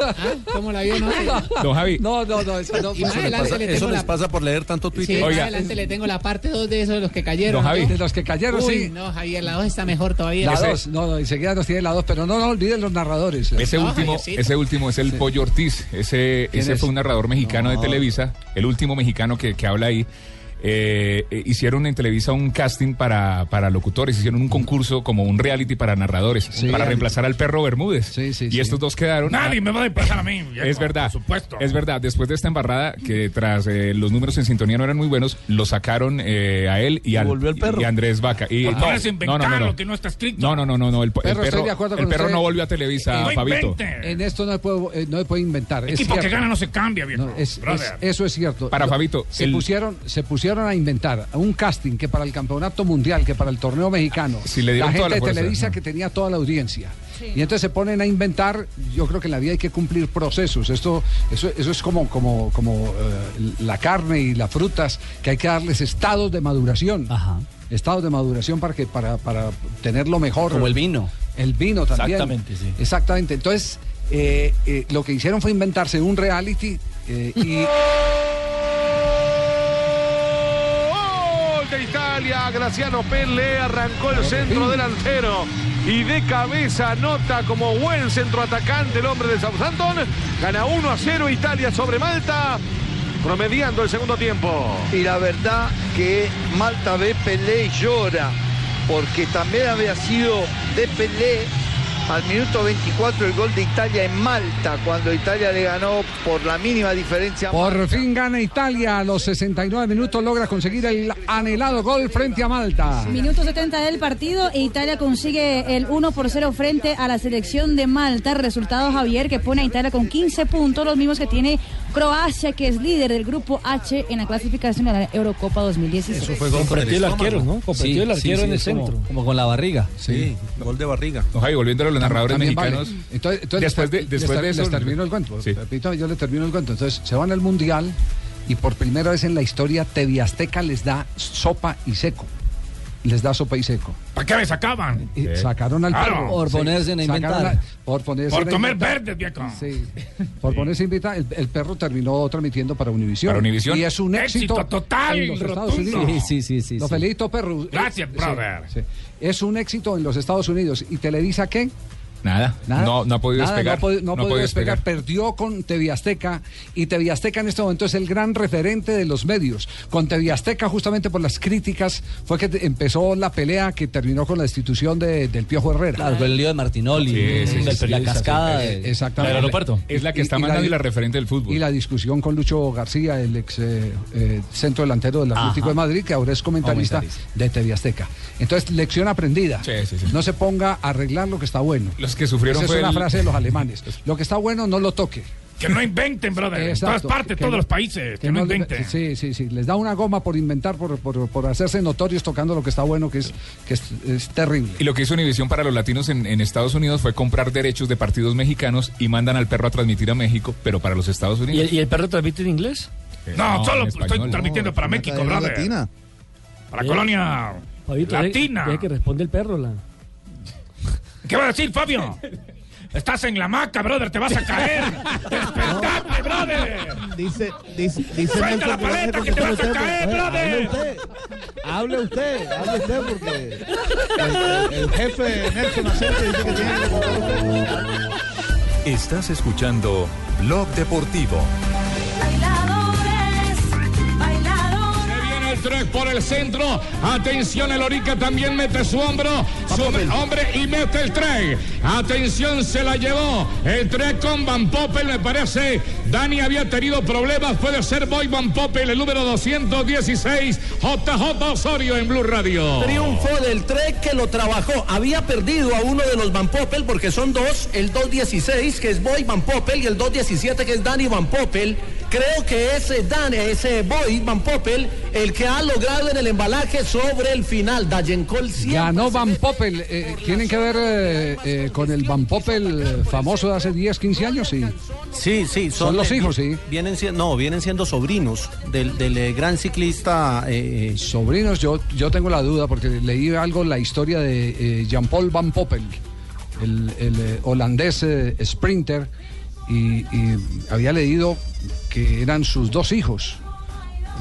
Ah, ¿Cómo la vio, no?
don Javi.
No, no, no, eso no.
Y más
Eso le
adelante
pasa-
le
eso
tengo
le
la
pasa por leer tanto
Sí,
Twitter.
más
Oiga,
adelante le tengo la parte 2 de esos de los que cayeron.
Don Javi.
¿no?
De los que cayeron,
Uy,
sí.
no, Javier, la 2 está mejor todavía.
La dos, no, no, enseguida nos tiene la dos, pero no, no olviden los narradores.
ese último, ese último es el Pollo Ortiz. Ese,
Ah, ¿Quién
ese
es? Ah.
fue un narrador mexicano de Televisa, el último mexicano que, que habla ahí. Eh, eh, hicieron en Televisa un casting para, para locutores, hicieron un concurso como un reality para narradores, para
reality.
reemplazar al perro Bermúdez. y estos dos quedaron.
Ah,
"Ah,
Nadie me va a reemplazar a mí.
Es verdad,
Por supuesto.
es verdad. Después de esta embarrada, que tras eh, los números en sintonía no eran muy buenos, lo sacaron eh, a él y, al- y a Andrés Vaca. Y,
Por
no,
favor, es
no,
inventar
no, no, no.
lo que no está escrito.
No, no, no, no, no, El, el
Perro,
perro,
estoy de acuerdo
el
con
perro
usted.
no volvió a Televisa,
No
Fabito.
invente.
En esto no puedo, eh, no puedo inventar. es
Equipo que
cierto.
gana no se cambia, viejo.
No, es-
brother.
es- eso es cierto.
Para
Lo-
Fabito,
Se,
el-
pusieron, se pusieron a inventar un casting que para el campeonato mundial, que para el torneo mexicano,
Sí,
la
le dieron
gente
toda la
de
fuerza,
Televisa
¿no?
que tenía toda la audiencia.
Sí.
Y entonces se ponen a inventar, yo creo que en la vida hay que cumplir procesos. Esto, eso, eso es como, como, como eh, la carne y las frutas, que hay que darles estados de maduración. Estados de maduración para que, para, para tenerlo mejor.
Como el vino.
El vino también.
Exactamente, sí.
Exactamente. Entonces, eh, eh, lo que hicieron fue inventarse un reality eh, y.
Gol de Italia, Graciano Pelle arrancó el centro delantero y de cabeza anota como buen centroatacante el hombre de Southampton. Gana 1 a 0 Italia sobre Malta, promediando el segundo tiempo.
Y la verdad que Malta ve Pelé y llora, porque también había sido de Pelé al minuto 24 el gol de Italia en Malta, cuando Italia le ganó por la mínima diferencia. a
Por
Malta.
fin gana Italia. A los 69 minutos logra conseguir el anhelado gol frente a Malta.
Minuto 70 del partido e Italia consigue el 1 por 0 frente a la selección de Malta. Resultado Javier que pone a Italia con 15 puntos, los mismos que tiene Croacia, que es líder del grupo H en la clasificación a la Eurocopa 2016.
Compretió el arquero, ¿no? Compretió
Sí,
el arquero
sí, sí,
en el
es como-
centro.
Como con la barriga.
Sí,
gol de barriga.
No, Javi, volviendo a los narradores
También vale.
mexicanos.
Entonces, entonces
después de,
les-
después
les,
de eso,
les termino el cuento.
Sí.
Pepito, yo le termino el cuento. Entonces, se van al Mundial y por primera vez en la historia TV Azteca les da sopa y seco. Les da sopa y seco.
¿Para qué me sacaban?
Y Sacaron al
Claro.
perro.
Por ponerse a
sacaron
inventar.
al- por ponerse
Por
a
comer
inventar.
verdes, viejo.
Sí. Por ponerse a invitar, el, el perro terminó transmitiendo para Univisión.
Para Univisión.
Y es un éxito,
Éxito total,
en los Estados
rotundo.
Unidos.
Sí, sí, sí, sí,
Lo
sí.
felicito, perro.
Gracias,
Sí,
brother.
sí. Es un éxito en los Estados Unidos. ¿Y Televisa qué?
Nada.
Nada.
No, no ha podido
Nada, No ha
despegar.
podido, no ha podido
podido
despegar. Perdió con Teviasteca y Teviasteca en este momento es el gran referente de los medios. Con Teviasteca, justamente por las críticas, fue que te- empezó la pelea que terminó con la destitución de- del Piojo Herrera.
Claro, fue el lío de Martinoli,
Sí, sí, sí,
la
sí, sí,
cascada
sí, sí.
de-
Exactamente.
Es la que está mandando y la referente del fútbol.
Y la discusión con Lucho García, el ex eh, eh, centro delantero del Atlético
Ajá.
de Madrid, que ahora es comentarista,
Comentarista.
de TV Azteca. Entonces, lección aprendida. No se ponga a arreglar lo que está bueno.
Los que sufrieron
Esa
fue
es una
el- Pues-
frase de los alemanes. Lo que está bueno, no lo toque.
Que no inventen, brother. En todas
Exacto.
partes,
Que
todos
no-
los países. Que, no,
le-
inventen.
Sí, sí, sí. Les da una goma por inventar, por, por, por hacerse notorios tocando lo que está bueno, que es, que es, es terrible.
Y lo que hizo Univisión para los latinos en, en Estados Unidos fue comprar derechos de partidos mexicanos y mandan al perro a transmitir a México, pero para los Estados
¿Y
Unidos. Eh,
el, y el perro transmite en inglés?
No, solo
en
estoy
español.
transmitiendo para México,
cadena
brother.
latina.
Para colonia
Eh, Fabito, deje-
latina.
deje que responde el perro. la-
¿Qué va a decir, Fabio? Estás en la maca, brother, te vas a caer. ¡Despertate, brother!
Dice, dice, dice.
Suelta la
Nelson Velázquez
paleta
que
que te vas
usted
a
no
caer,
sabe. Hable
brother.
usted, hable usted, hable usted porque el, el- el jefe Nelson Acente dice que tiene
Estás escuchando Blog Deportivo.
Se viene el 3 por el centro. Atención, el Orica también mete su hombro. Su hombre y mete el 3. Atención, se la llevó. El 3 con Van Poppel, me parece. Dani había tenido problemas. Puede ser Boy Van Poppel, el número 216. JJ Osorio en Blue Radio.
Triunfo del 3 que lo trabajó. Había perdido a uno de los Van Poppel porque son dos, el 216 que es Boy Van Poppel y el 217 que es Danny Van Poppel. Creo que ese Dan, ese Boy Van Poppel, el que ha logrado en el embalaje sobre el final. Dayenkol siempre.
Ganó Van Poppel. eh, ¿Tienen que ver eh, eh, con el Van Poppel eh, famoso de hace 10, 15 años? Sí.
Sí, sí,
Son los
eh,
hijos, sí.
Vienen siendo, no, vienen siendo sobrinos del, del, eh, gran ciclista. eh,
Sobrinos, yo, yo tengo la duda porque leí algo la historia de eh, Jean-Paul Van Poppel, el, el, eh, holandés eh, sprinter, y, y había leído que eran sus dos hijos.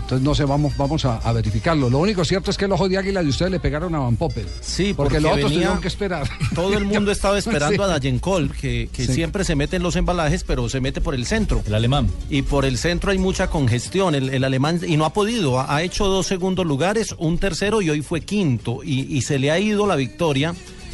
Entonces, no sé, vamos, vamos a, a verificarlo. Lo único cierto es que el ojo de águila de ustedes le pegaron a Van Poppel.
Sí,
porque, los otros
venía-
tuvieron que esperar.
Todo el mundo estaba esperando
Sí.
a Dayenkol, que, que
Sí.
siempre se mete en los embalajes, pero se mete por el centro. El alemán. Y por el centro hay mucha congestión. El, el alemán, y no ha podido, ha, ha hecho dos segundos lugares, un tercero y hoy fue quinto. Y, y se le ha ido la victoria,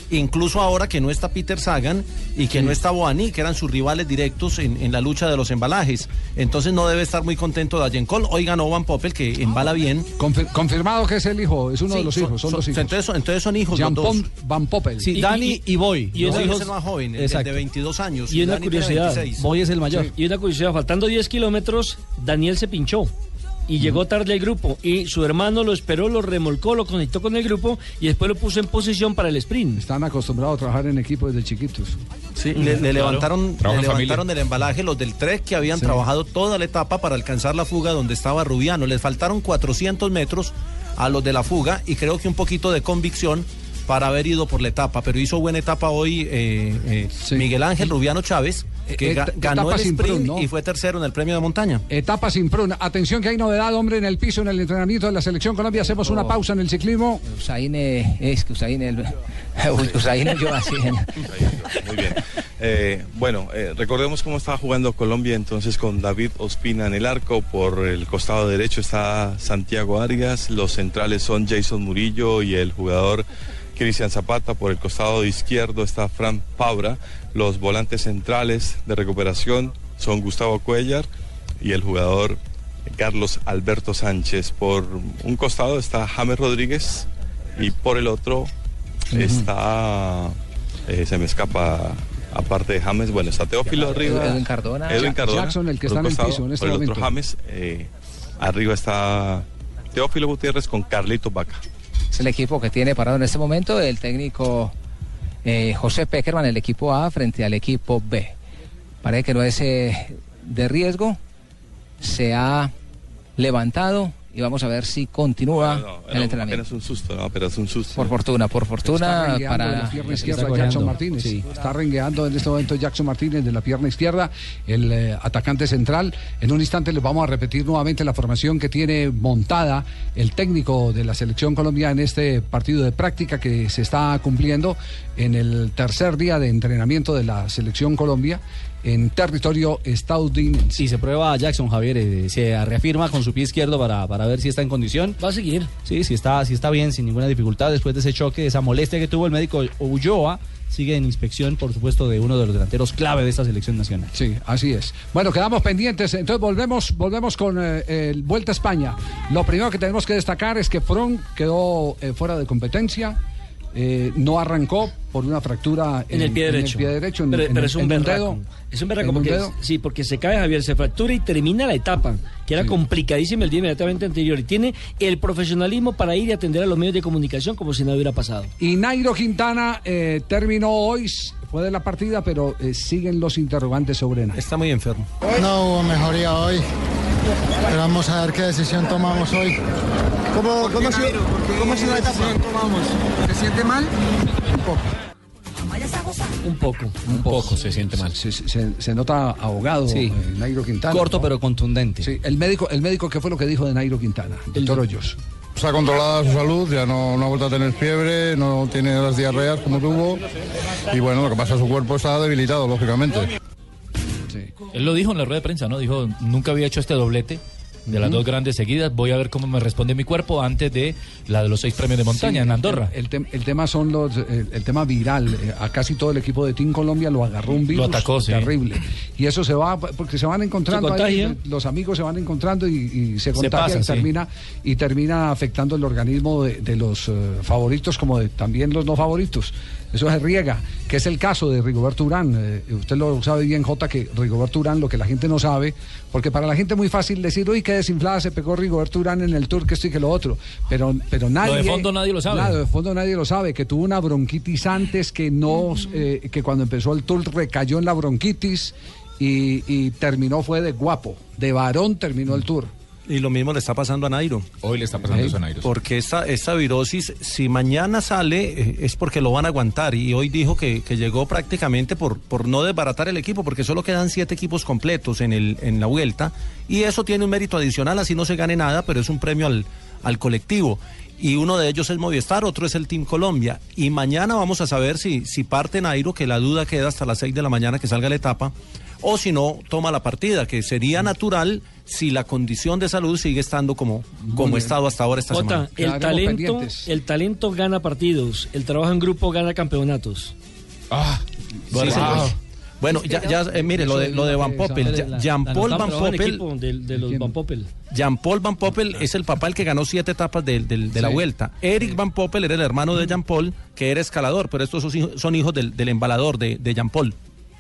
incluso ahora que no está Peter Sagan y que no está Boani, que eran sus rivales directos en, en la lucha de los embalajes. Entonces no debe estar muy contento Dayenkol. Hoy ganó Van Poppel, que embala bien.
confirmado que es el hijo, es uno de los hijos, son los hijos.
Entonces, son- entonces son hijos los dos.
Jean-Paul Van Poppel.
Sí, Dani y Boy.
Y
Boy
es
es el más joven, el de 22 años.
Y una
Dani tiene
curiosidad,
26.
Sí. Y una curiosidad, faltando 10 kilómetros, Daniel se pinchó. Y llegó tarde al grupo. Y su hermano lo esperó, lo remolcó, lo conectó con el grupo y después lo puso en posición para el sprint.
Están acostumbrados a trabajar en equipo desde chiquitos.
Sí, le, le levantaron, le levantaron el embalaje los del 3 que habían
Sí.
trabajado toda la etapa para alcanzar la fuga donde estaba Rubiano. Les faltaron 400 metros a los de la fuga y creo que un poquito de convicción para haber ido por la etapa. Pero hizo buena etapa hoy eh, eh, Miguel Ángel Rubiano Chávez, que
Eh,
ga-
et-
ganó
etapa
el
sin
sprint
prun, ¿no?
y fue tercero en el premio de montaña.
Etapa sin pruna. Atención que hay novedad, hombre, en el piso, en el entrenamiento de la Selección Colombia. Hacemos
Oh.
una pausa en el ciclismo.
Usain eh, es que Usain el Usain yo así.
Muy bien. Eh, bueno, eh, recordemos cómo estaba jugando Colombia entonces con David Ospina en el arco. Por el costado derecho está Santiago Arias. Los centrales son Jason Murillo y el jugador Cristian Zapata. Por el costado izquierdo está Fran Pabra. Los volantes centrales de recuperación son Gustavo Cuellar y el jugador Carlos Alberto Sánchez. Por un costado está James Rodríguez y por el otro está eh, se me escapa aparte de James bueno está Teófilo arriba
Edwin Cardona.
Edwin
Ja-
Cardona
Jackson, el que
por
está
un
en el
costado,
piso en este
por el otro
momento.
James eh, arriba está Teófilo Gutiérrez con Carlito Vaca
Es el equipo que tiene parado en este momento el técnico eh, José Peckerman, el equipo A frente al equipo B. Parece que no es eh, de riesgo. Se ha levantado y vamos a ver si continúa
Era
el
un-
entrenamiento.
apenas un susto, ¿no? Apenas un susto.
Por fortuna, por
Está
fortuna,
rengueando de
para
la pierna
se
izquierda
está
Jackson
goleando.
Martínez.
Sí.
Está rengueando en este momento Jackson Martínez de la pierna izquierda, el eh, atacante central. En un instante les vamos a repetir nuevamente la formación que tiene montada el técnico de la selección colombiana en este partido de práctica que se está cumpliendo en el tercer día de entrenamiento de la selección Colombia en territorio estadounidense.
Sí, se prueba a Jackson Javier, eh, se reafirma con su pie izquierdo para, para ver si está en condición.
Va a seguir.
Sí, si está, si está bien, sin ninguna dificultad después de ese choque, de esa molestia que tuvo el médico Ulloa. Sigue en inspección, por supuesto, de uno de los delanteros clave de esta selección nacional.
Sí, así es. Bueno, quedamos pendientes. Entonces volvemos, volvemos con eh, el Vuelta a España. Lo primero que tenemos que destacar es que Fron quedó eh, fuera de competencia. eh, no arrancó por una fractura
en el pie derecho.
En el pie derecho, en-
pero,
en-
pero es un
en
berraco.
dedo.
es un berraco
en un
porque,
dedo.
sí, porque se cae Javier, se fractura y termina la etapa, que era complicadísima el día inmediatamente anterior. Y tiene el profesionalismo para ir y atender a los medios de comunicación como si nada hubiera pasado.
Y Nairo Quintana eh, terminó hoy, fue de la partida, pero eh, siguen los interrogantes sobre Nairo.
Está muy enfermo.
No hubo mejoría hoy, pero vamos a ver qué decisión tomamos hoy. ¿Cómo,
cómo ha sido-
cómo ha sido la etapa? tomamos? ¿Se siente mal?
Un poco.
Un poco.
Un poco se siente mal.
Se, se- se nota ahogado
Sí.
eh, Nairo Quintana.
Corto,
pero
contundente.
Sí, el médico, el médico, ¿qué fue lo que dijo de Nairo Quintana? Doctor Hoyos.
Está controlada su salud, ya no, no ha vuelto a tener fiebre, no tiene las diarreas como tuvo. Y bueno, lo que pasa es que su cuerpo está debilitado, lógicamente.
Él lo dijo en la rueda de prensa, ¿no? Dijo, nunca había hecho este doblete de las
Ujú.
dos grandes seguidas. Voy a ver cómo me responde mi cuerpo antes de la de los seis premios de montaña
Sí,
en
el-
Andorra.
El, tem- el tema son los el, el tema viral. Eh, A casi todo el equipo de Team Colombia lo agarró un
Lo
virus
atacó, sí.
terrible. Y eso se va porque se van encontrando
Se
ahí, eh,
contagia.
los amigos se van encontrando y, y se
Se
contagia
pasa,
y
sí.
termina y termina afectando el organismo de, de los eh, favoritos como de también los no favoritos. Eso se riega, que es el caso de Rigoberto Urán. Eh, usted lo sabe bien, Jota, que Rigoberto Urán, lo que la gente no sabe, porque para la gente es muy fácil decir, uy, qué desinflada se pegó Rigoberto Urán en el tour, que esto y que lo otro. Pero, pero
Lo de
nadie.
fondo nadie lo sabe.
Nada, de fondo nadie lo sabe, que tuvo una bronquitis antes, que no, eh, que cuando empezó el tour recayó en la bronquitis y, y terminó fue de guapo, de varón terminó el tour.
Y lo mismo le está pasando a Nairo.
Hoy le está pasando eso a Nairo.
Porque esta, esta virosis, si mañana sale, eh, es porque lo van a aguantar. Y hoy dijo que, que llegó prácticamente por, por no desbaratar el equipo, porque solo quedan siete equipos completos en, el, en la vuelta. Y eso tiene un mérito adicional, así no se gane nada, pero es un premio al, al colectivo. Y uno de ellos es Movistar, otro es el Team Colombia. Y mañana vamos a saber si, si parte Nairo, que la duda queda hasta las seis de la mañana que salga la etapa, o si no, toma la partida, que sería natural si la condición de salud sigue estando como, como ha
bien.
estado hasta ahora esta
Jota,
semana.
el talento, el talento gana partidos, el trabajo en grupo gana campeonatos. Ah,
Sí, señor. ah, Bueno, ya, ya eh, mire, lo de, lo de Van Poppel, ya- Jean Paul Van Poppel,
De, de los Van Poppel.
Jean Paul Van Poppel es el papá el que ganó siete etapas de, de- de la
Ah. Sí. Mm.
vuelta. Eric Van Poppel era el hermano de Jean Paul, que era escalador, pero estos son hijos, son hijos del, del embalador de, de Jean Paul.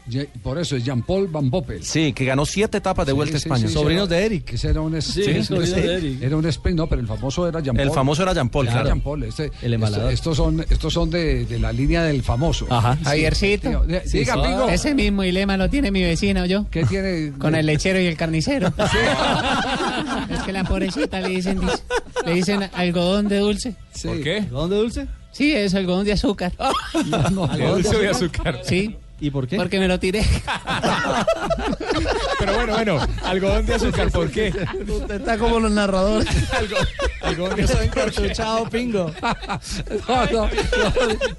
Ye- Por eso es Jean-Paul Van Poppel.
Sí, que ganó siete etapas de vuelta a España.
de Eric. Ese era un es-
Sí,
ese
sobrinos
era un-
de Eric.
Era un sprint, no, pero el famoso era Jean-Paul.
El famoso era Jean Paul,
Era
claro.
Jean Paul, este-
El embalador.
esto- Estos son, estos son de, de la línea del famoso.
Ajá.
Javiercito. Diga, amigo.
Ese mismo dilema lo tiene mi vecino, yo.
¿Qué tiene?
Con el lechero y el carnicero. es que la pobrecita le dicen, dice- le dicen algodón de dulce.
¿Por
qué?
¿Algodón de dulce?
Sí, es algodón de azúcar.
¿Algodón de dulce de azúcar?
Sí.
¿Y por qué?
Porque me lo tiré.
Pero bueno, bueno, algodón de azúcar, ¿por qué?
Usted está como los narradores.
Chao, pingo.
No, no,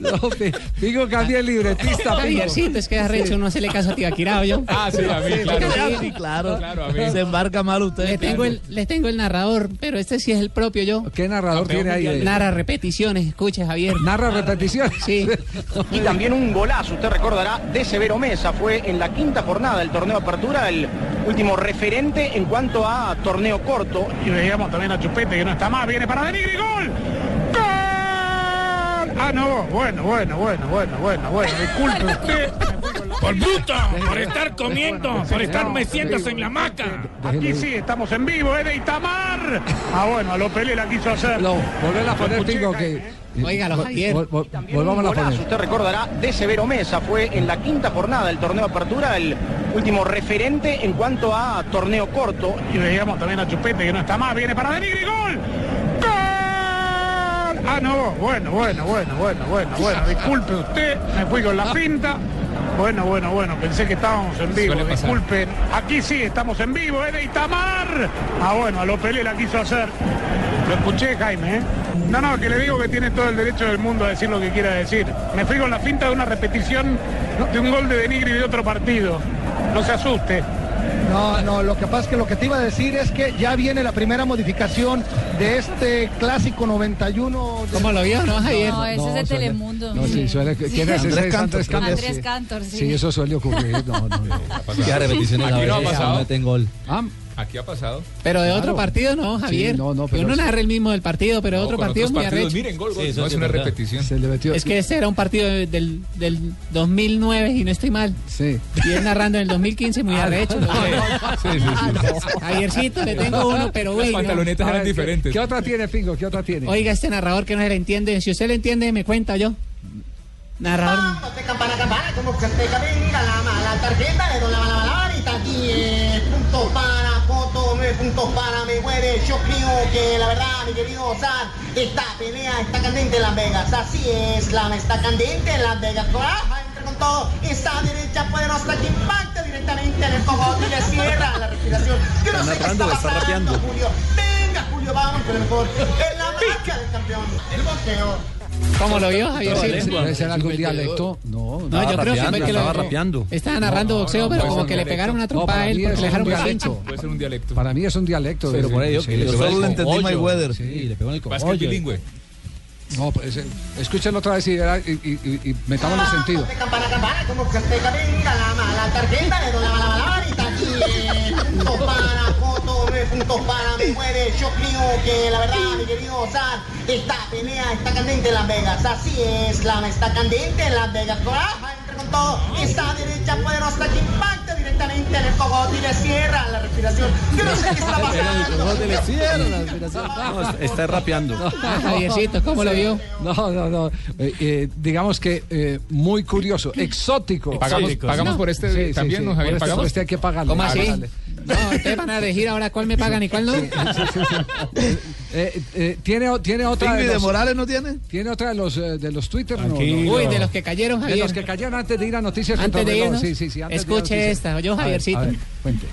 no, no, Pi- Pingo cambia el libretista. Pingo.
Javiercito, es que es recho, no se le caso a Tibaquirá, yo.
Ah, sí, a mí, claro.
Sí, claro.
a mí.
Se embarca mal usted.
Les tengo, el, les tengo el narrador, pero este sí es el propio yo.
¿Qué narrador
Campeón tiene ahí? mundial.
Narra repeticiones, escucha Javier.
¿Narra repeticiones?
Sí.
Y también un golazo, usted recordará, de Severo Mesa. Fue en la quinta jornada del torneo Apertura, el último referente en cuanto a torneo corto.
Y veíamos también a Chupete que no está más, viene para Denis y gol. ¡Gol! Ah, no, bueno, bueno, bueno, bueno, bueno, bueno, disculpe usted. Por bruto, por estar comiendo, por estar meciéndose en la hamaca. Aquí sí, estamos
¿eh?
en vivo, es de Itamar. Ah, bueno, a lo Pelé la quiso hacer.
Volver a poner,
Puchica,
Pingo, que
eh,
Óigalo, Javier.
¿eh? Un golazo, usted recordará, de Severo Mesa. Fue en la quinta jornada del torneo Apertura, el último referente en cuanto a torneo corto.
Y veíamos también a Chupete que no está más, viene para venir y gol. ¡Gol! Ah, no, bueno, bueno, bueno, bueno, bueno, bueno, disculpe usted, me fui con
Ah.
la pinta. Bueno, bueno, bueno, pensé que estábamos en vivo,
Suele pasar.
disculpen. Aquí sí, estamos en vivo, ¿eh? De Itamar. Ah, bueno, a lo Pelé la quiso hacer. Lo escuché, Jaime, ¿eh? No, no, que le digo que tiene todo el derecho del mundo a decir lo que quiera decir. Me fui con la pinta de una repetición de un gol de Benigri de otro partido. No se asuste.
No, no, lo que pasa es que lo que te iba a decir es que ya viene la primera modificación de este clásico 91. De...
¿Cómo lo vio, no, Javier?
No, ese es
eso
de
es de-
Telemundo.
No, sí, suele, ¿Quién
Sí.
es ese? Andrés Cantor.
Andrés Cantor, sí.
Sí, eso suele ocurrir. No, no, no.
Ya repeticiones
Aquí no ha pasado.
meten gol.
Ah,
Aquí ha pasado.
Pero de otro
Claro.
partido no, Javier.
Sí, no, no,
Que
pero-
uno narra el mismo del partido, pero de
No,
otro
con
partido es
otros
muy
partidos,
arrecho.
miren, gol, gol, no es una repetición.
Es que ese era un partido de- del, del 2009 y no estoy mal.
Sí.
Y él narrando en el 2015 muy arrecho. ¿no?
Ah, Sí, sí, sí.
Javiercito, le tengo uno, pero uy,
Las
no.
pantalonetas
A
eran
ver, ¿qué-
diferentes.
¿Qué otra tiene, Pingo? ¿Qué otra tiene?
Oiga, este narrador que no se le entiende. Si usted le entiende, me cuenta yo. Narrador.
Campana, campana, como que usted camina la mala tarjeta de don la mala varita. 10 puntos para Coto, 9 puntos para Mayweather. Yo creo que la verdad, mi querido San, esta pelea está candente en Las Vegas. Así es, la está candente en Las Vegas. Coraja, entra con todo. Esa derecha poderosa que impacta directamente en el cogote y le cierra la respiración. Yo no
Está
sé qué
narrando,
está
está
pasando,
rapeando.
Julio. Venga, Julio, vamos con el mejor. Es la marca del campeón. El boxeo.
¿Cómo lo vio, Javier?
Sí,
Sí, sí.
¿Debe ser algún dialecto? No,
No, yo creo que fue que lo-
estaba
Estaba narrando boxeo, pero como que le pegaron una trompa a él porque le dejaron calincho.
Puede ser un dialecto. Para mí es un dialecto.
Pero por ahí yo- yo solo le entendí Mayweather.
Sí,
le pegó en el
cogollo.
cogollo.
No, pues, eh, escúchenlo otra vez y, verá- y, y, y- y metámosle sentido.
Campana, campana, como que usted venga la mala tarjeta de la mala varita. 10 puntos para Coto, 9 puntos para me mueve. Yo creo que la verdad, mi querido San, esta pelea está candente en Las Vegas. Así es, la está candente en Las Vegas. Coraja, entra con todo. Esa derecha poderosa que impacta directamente en el cogote y le cierra la respiración. Yo no sé qué está pasando.
Está rapeando.
Javiercito, ¿cómo lo vio?
No, no, no. Eh, eh, digamos que eh, muy curioso, exótico.
Pagamos- pagamos por este también, ¿no, Javier?
Por este-
¿Pagamos?
por este hay que pagarlo.
¿Cómo así?
Pagarle.
No, ustedes van a elegir ahora cuál me pagan y cuál no.
Eh, eh, tiene, o- tiene otra.
¿Pingui de Morales
no tiene? Tiene otra de los, eh, de los Twitter. No,
Tranquilo.
no.
Uy, de los que cayeron,
De
Javier.
los que cayeron antes de ir a Noticias
Antes
contra
de
reloj.
irnos,
Sí, sí, sí, antes de ir a
escuche
Noticias.
esta, oyó
A ver,
Javiercito.
a ver, cuente.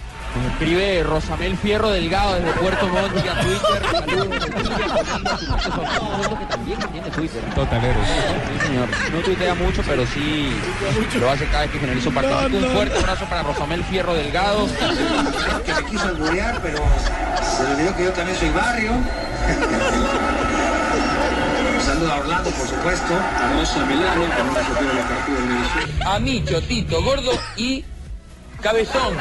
Escribe Rosamel Fierro Delgado desde Puerto Montt vía Twitter.
Ah,
Totaleros.
Sí, señor. No tuitea mucho, pero sí lo hace cada vez que finaliza un
No,
partido.
no.
Un fuerte abrazo para Rosamel Fierro Delgado.
que me quiso alburear, pero se le olvidó que yo también soy barrio. Saludo a Orlando, por supuesto. A Milano,
A Micho, Tito, Gordo y Cabezón.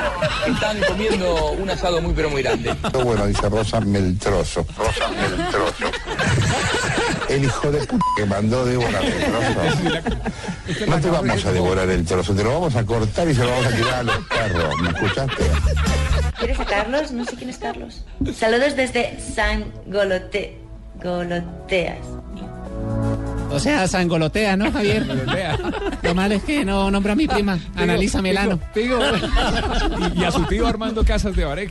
que Están comiendo un asado muy pero muy grande.
Bueno, dice Rosa Meltroso. Rosa Meltroso. El hijo de puta que mandó Débora Meltroso. No te vamos a devorar el trozo, te lo vamos a cortar y se lo vamos a tirar a los perros. ¿Me escuchaste? ¿Quieres a Carlos? No sé quién es Carlos. Saludos desde San Golote... Goloteas.
O sea, sangolotea, ¿no, Javier? Lo malo es que no nombra a mi
Ah,
prima, Analisa Melano.
Pigo,
Y, y a su tío Armando Casas de Barek.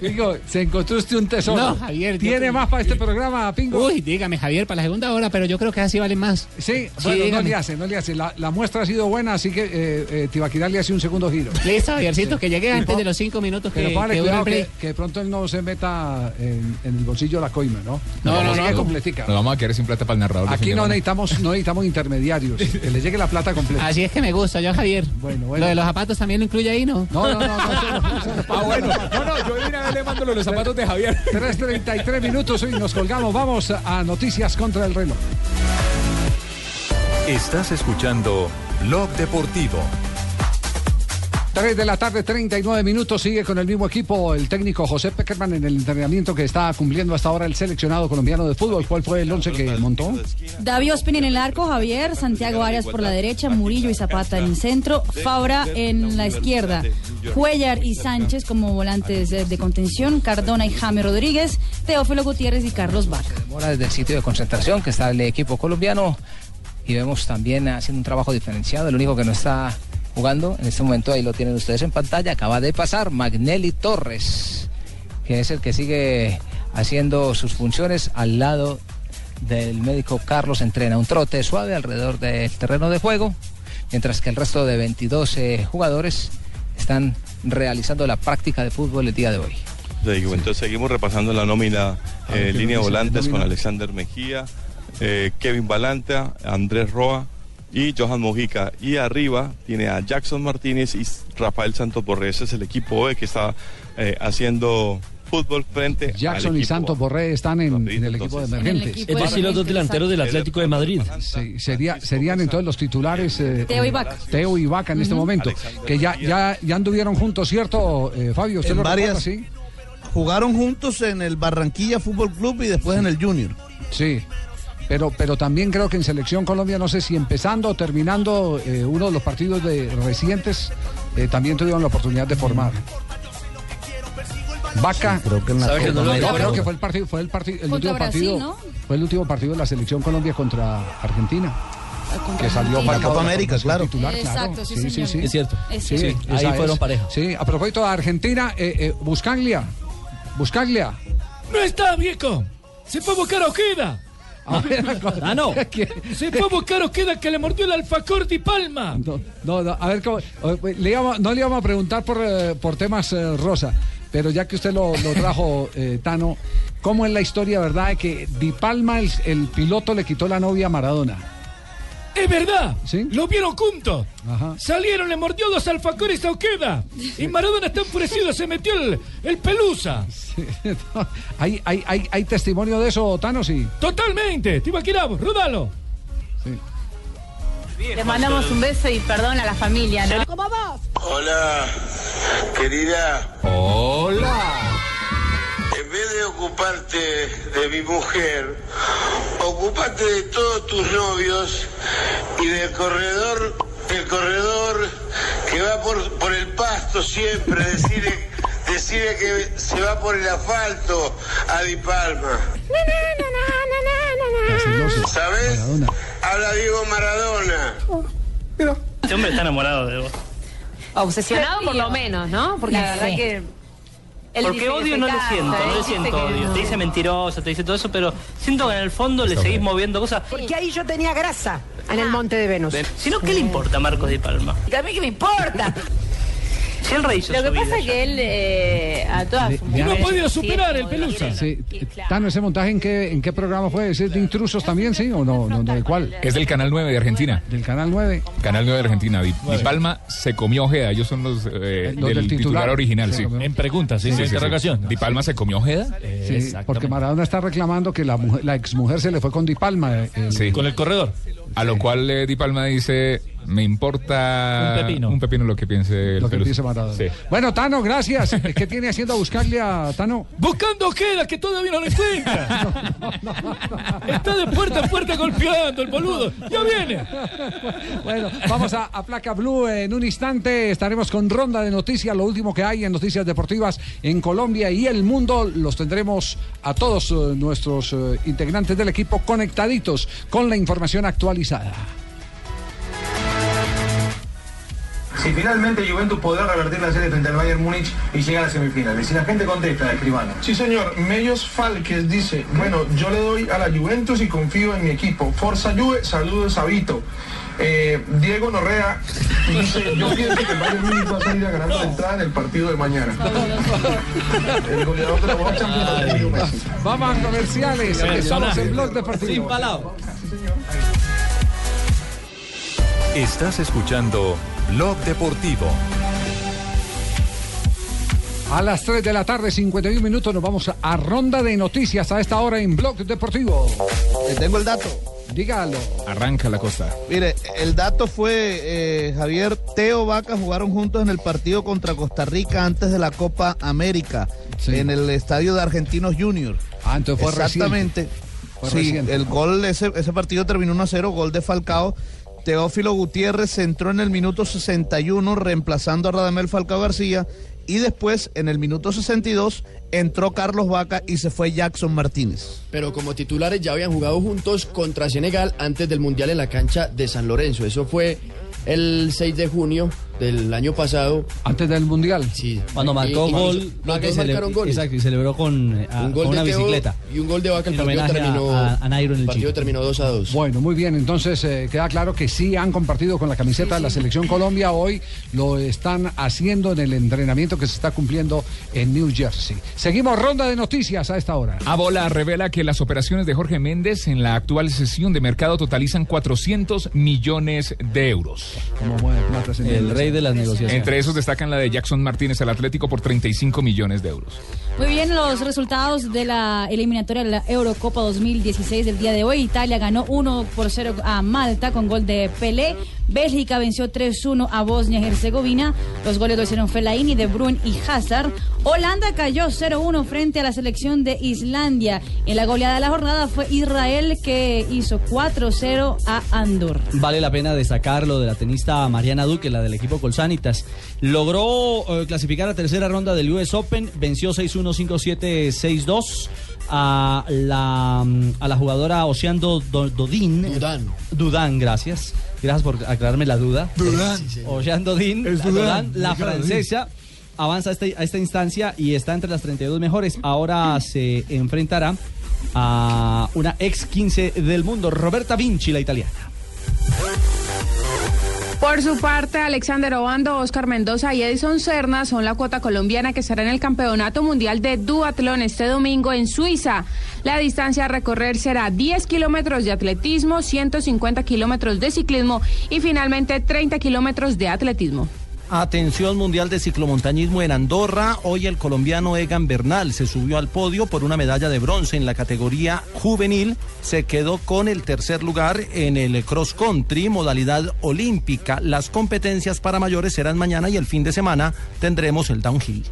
Pingo, se encontró usted un tesoro.
No, Javier. yo
¿Tiene
creo-
más para este programa, Pingo?
Uy, dígame, Javier, para la segunda hora, pero yo creo que así vale más.
Sí, bueno, no
dígame.
le hace, no le hace. La, la muestra ha sido buena, así que eh, eh, Tibaquirá le hace un segundo giro.
Listo, Javiercito,
Sí.
que llegué
Y
antes
pon-
de los cinco minutos que,
Pero póngale
que dura el
cuidado que,
break.
que de pronto él no se meta en, en el bolsillo la coima, ¿no?
Nos vamos
Así
a-
que completica.
Nos vamos a quedar sin plata para el narrador.
Aquí no necesitamos, no necesitamos intermediarios, que le llegue la plata
Ah,
completa.
Así es que me gusta, yo, Javier.
bueno.
Lo de los zapatos también lo incluye ahí, ¿no?
No, no, no,
Ah, bueno. No, no, yo de una vez le mando lo de los zapatos de Javier.
3.33 minutos y nos colgamos. Vamos a noticias contra el reloj.
Estás escuchando Blog Deportivo.
3 de la tarde, 39 minutos. Sigue con el mismo equipo el técnico José Peckerman en el entrenamiento que está cumpliendo hasta ahora el seleccionado colombiano de fútbol. ¿Cuál fue el once que montó?
David Ospina en el arco, Javier, Santiago Arias por la derecha, Murillo y Zapata en el centro, Fabra en la izquierda, Cuellar y Sánchez como volantes de, de contención, Cardona y Jaime Rodríguez, Teófilo Gutiérrez y Carlos Vaca.
Ahora desde el sitio de concentración que está el equipo colombiano y vemos también haciendo un trabajo diferenciado. El único que no está jugando en este momento, ahí lo tienen ustedes en pantalla, acaba de pasar Magnelli Torres, que es el que sigue haciendo sus funciones al lado del médico Carlos Entrena. Un trote suave alrededor del terreno de juego, mientras que el resto de 22 eh, jugadores están realizando la práctica de fútbol el día de hoy.
de Juventud. Seguimos repasando la nómina
A
eh,
ver, Ah,
línea
¿qué
de
dice la
volantes con
nómina?
Alexander Mejía, eh, Kevin Balanta, Andrés Roa y Johan Mojica. Y arriba tiene a Jackson Martínez y Rafael Santos Borré. Ese es el equipo B que está eh, haciendo fútbol frente
Jackson
al
y
equipo
Santos Borré están en, en el equipo de emergentes.
Es decir, los dos delanteros
del
Atlético
de Madrid.
Sí, sería, serían entonces los titulares eh,
Teo y Vaca.
Teo y Vaca en este
Ujú.
momento. Que ya, ya, ya anduvieron juntos, ¿cierto, eh, Fabio? ¿Usted
En
lo recuerda,
varias-
sí?
Jugaron juntos en el Barranquilla Fútbol Club y después en el Junior.
Sí. Pero, pero también creo que en Selección Colombia, no sé si empezando o terminando eh, uno de los partidos de recientes, eh, también tuvieron la oportunidad de formar. Vaca, creo que,
en la Copa América.
creo que fue el partido, fue el partido, el
Contra
último
Brasil,
partido,
¿no?
fue el último partido de la Selección Colombia contra Argentina, que salió
La
para
Copa América, claro.
Exacto, sí, señor.
sí.
Es cierto. Es cierto. Sí, ahí
esa
fueron
es.
pareja.
Sí, a propósito de Argentina, eh, eh, Buscaglia, Buscaglia.
No está, viejo. Se fue a buscar a Ojeda. Ah, no. Se fue a buscar a Ojeda que le mordió el alfacor de Palma.
No, no, no, a ver, cómo- eh, le íbamos- no le íbamos a preguntar por, eh, por temas eh, rosa, pero ya que usted lo, lo trajo, eh, Tano, ¿cómo es la historia, verdad, de que Di Palma, el, el piloto, le quitó la novia a Maradona?
Es verdad. Lo vieron juntos. Salieron, le mordió dos alfacores a Ojeda. Y Maradona está enfurecido, se metió el, el pelusa.
¿Hay, hay, hay, hay testimonio de eso, Tano? Sí.
Totalmente. Tibaquirabo, rodalo.
Le mandamos un beso y perdón a la familia, ¿no? ¿Cómo vos?
Hola, querida. Hola. En vez de ocuparte de mi mujer, ocupate de todos tus novios y del corredor, del corredor que va por, por el pasto siempre, decirle, decirle que se va por el asfalto a Di Palma. ¿Sabes? Habla Diego Maradona.
Este hombre está enamorado de vos.
Obsesionado por lo menos, ¿no? Porque la verdad que. él dice
Porque
que
odio
se
no lo
casa, él
siento, no le
dice
siento
¿eh? que
odio.
no.
Te dice mentiroso, te dice todo eso, pero siento que en el fondo le seguís moviendo cosas.
Porque ahí yo tenía grasa en el monte de Venus.
Si no, ¿qué le importa a Marcos de Palma?
Y a mí que me importa.
Si él rehizo
Lo que
su vida
pasa es
ya.
que él eh, a todas
Le-
sus
le
mujeres
han-
siempre modeló.
Sí, Tano, ¿ese montaje en qué, en qué programa fue? ¿Ese ¿Es de intrusos también, sí? ¿O no? no, no ¿De cuál?
Es del Canal 9 de Argentina.
Del Canal 9.
Canal 9 de Argentina. Di, Di Palma se comió Ojeda. Ellos son los, eh, del,
del
titular,
titular.
original,
Sí,
sí.
comió.
En preguntas,
sí, en Eh,
interrogación. Di Palma se comió Ojeda.
Sí, porque Maradona está reclamando que la, mujer- la exmujer se le fue con Di Palma. eh, el-
Con el corredor. A lo cual eh, Di Palma dice, me importa
Un pepino.
lo que piense el
Lo que
Pelusa".
piense Maradona.
Sí.
Bueno, Tano, gracias. ¿Qué tiene haciendo a buscarle a Tano?
Buscando Ojeda, que todavía no lo encuentra. Está de puerta a puerta golpeando el boludo. Ya viene.
Bueno, vamos a, a Placa Blue en un instante. Estaremos con ronda de noticias, lo último que hay en noticias deportivas en Colombia y el mundo. Los tendremos a todos eh, nuestros eh, integrantes del equipo conectaditos con la información actualizada.
Si finalmente Juventus podrá revertir la serie frente al Bayern Múnich y llegar a semifinales. Si la gente contesta, escribano.
Sí, señor. Mellos Falques dice, bueno, yo le doy a la Juventus y confío en mi equipo. Forza Juve, saludos a Vito. Eh, Diego Norrea dice, yo pienso que el Bayern Múnich va a salir a ganar la entrada en el partido de mañana. El goleador de la Copa Champions, Leo Messi.
Vamos a comerciales.
Personaje.
Estamos en Blog Deportivo. Sin palabras.
Estás escuchando Blog Deportivo.
A las 3 de la tarde, 51 minutos, nos vamos a, a ronda de noticias a esta hora en Blog Deportivo.
Le tengo el dato.
Dígalo.
Arranca la costa.
Mire, el dato fue, eh, Javier, Teo Vaca jugaron juntos en el partido contra Costa Rica antes de la Copa América, en el estadio de Argentinos Junior.
Ah, entonces fue
Exactamente.
reciente. Fue
sí,
reciente.
el gol, ese, ese partido terminó 1-0, gol de Falcao. Teófilo Gutiérrez entró en el minuto 61 reemplazando a Radamel Falcao García y después en el minuto 62 entró Carlos Vaca y se fue Jackson Martínez.
Pero como titulares ya habían jugado juntos contra Senegal antes del Mundial en la cancha de San Lorenzo. Eso fue el 6 de junio del año pasado.
Antes del Mundial.
Sí.
Cuando marcó
Y- y-
gol,
no,
que
que
cele-
marcaron gol.
Exacto, y celebró con, eh, a-
Un gol
con
de
una
Teo
bicicleta.
Y un gol de Vaca. El
En
partido
homenaje a-
terminó,
a- a Nairo en el
partido
Chip.
terminó 2 a 2.
Bueno, muy bien. Entonces eh, queda claro que sí han compartido con la camiseta de la Selección Colombia. Hoy lo están haciendo en el entrenamiento que se está cumpliendo en New Jersey. Seguimos ronda de noticias a esta hora.
Abola revela que las operaciones de Jorge Méndez en la actual sesión de mercado totalizan 400 millones de euros.
El rey de las negociaciones.
Entre esos destacan la de Jackson Martínez al Atlético por 35 millones de euros.
Muy bien, los resultados de la eliminatoria de la Eurocopa 2016 del día de hoy. Italia ganó 1 por 0 a Malta con gol de Pelé. Bélgica venció 3-1 a Bosnia y Herzegovina. Los goles lo hicieron Fellaini, De Bruyne y Hazard. Holanda cayó 0-1 frente a la selección de Islandia. En la goleada de la jornada fue Israel que hizo 4-0 a Andorra.
Vale la pena destacar lo de la tenista Mariana Duque, la del equipo Colsanitas. Logró eh, clasificar a tercera ronda del US Open, venció 6-1, 5-7, 6-2 a la, mm, a la jugadora Oceando Do- Dodín. Dudán. Dudán, gracias. Gracias por aclararme la duda. Dudán. Oceando Dodín,
Es
la,
Dudán.
Dudán, la
Ocean Dodín.
francesa. Avanza a, este- a esta instancia y está entre las 32 mejores. Ahora se enfrentará a una ex 15 del mundo, Roberta Vinci, la italiana.
Por su parte, Alexander Obando, Oscar Mendoza y Edison Cerna son la cuota colombiana que estará en el Campeonato Mundial de Duatlón este domingo en Suiza. La distancia a recorrer será 10 kilómetros de atletismo, 150 kilómetros de ciclismo y finalmente 30 kilómetros de atletismo.
Atención Mundial de Ciclomontañismo en Andorra. Hoy el colombiano Egan Bernal se subió al podio por una medalla de bronce en la categoría juvenil. Se quedó con el tercer lugar en el cross country, modalidad olímpica. Las competencias para mayores serán mañana y el fin de semana tendremos el downhill.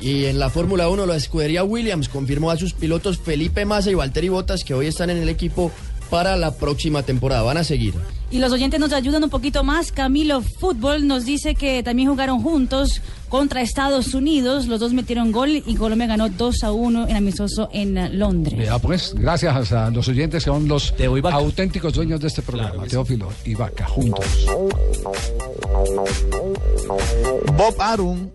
Y en la Fórmula 1, la escudería Williams confirmó a sus pilotos Felipe Massa y Valtteri Bottas que hoy están en el equipo para la próxima temporada. Van a seguir.
Y los oyentes nos ayudan un poquito más. Camilo Fútbol nos dice que también jugaron juntos contra Estados Unidos. Los dos metieron gol y Colombia ganó 2 a 1 en amistoso en eh, Londres.
Vea, pues, gracias a los oyentes que son los auténticos dueños de este programa. Teófilo y Vaca, juntos.
Bob Arum,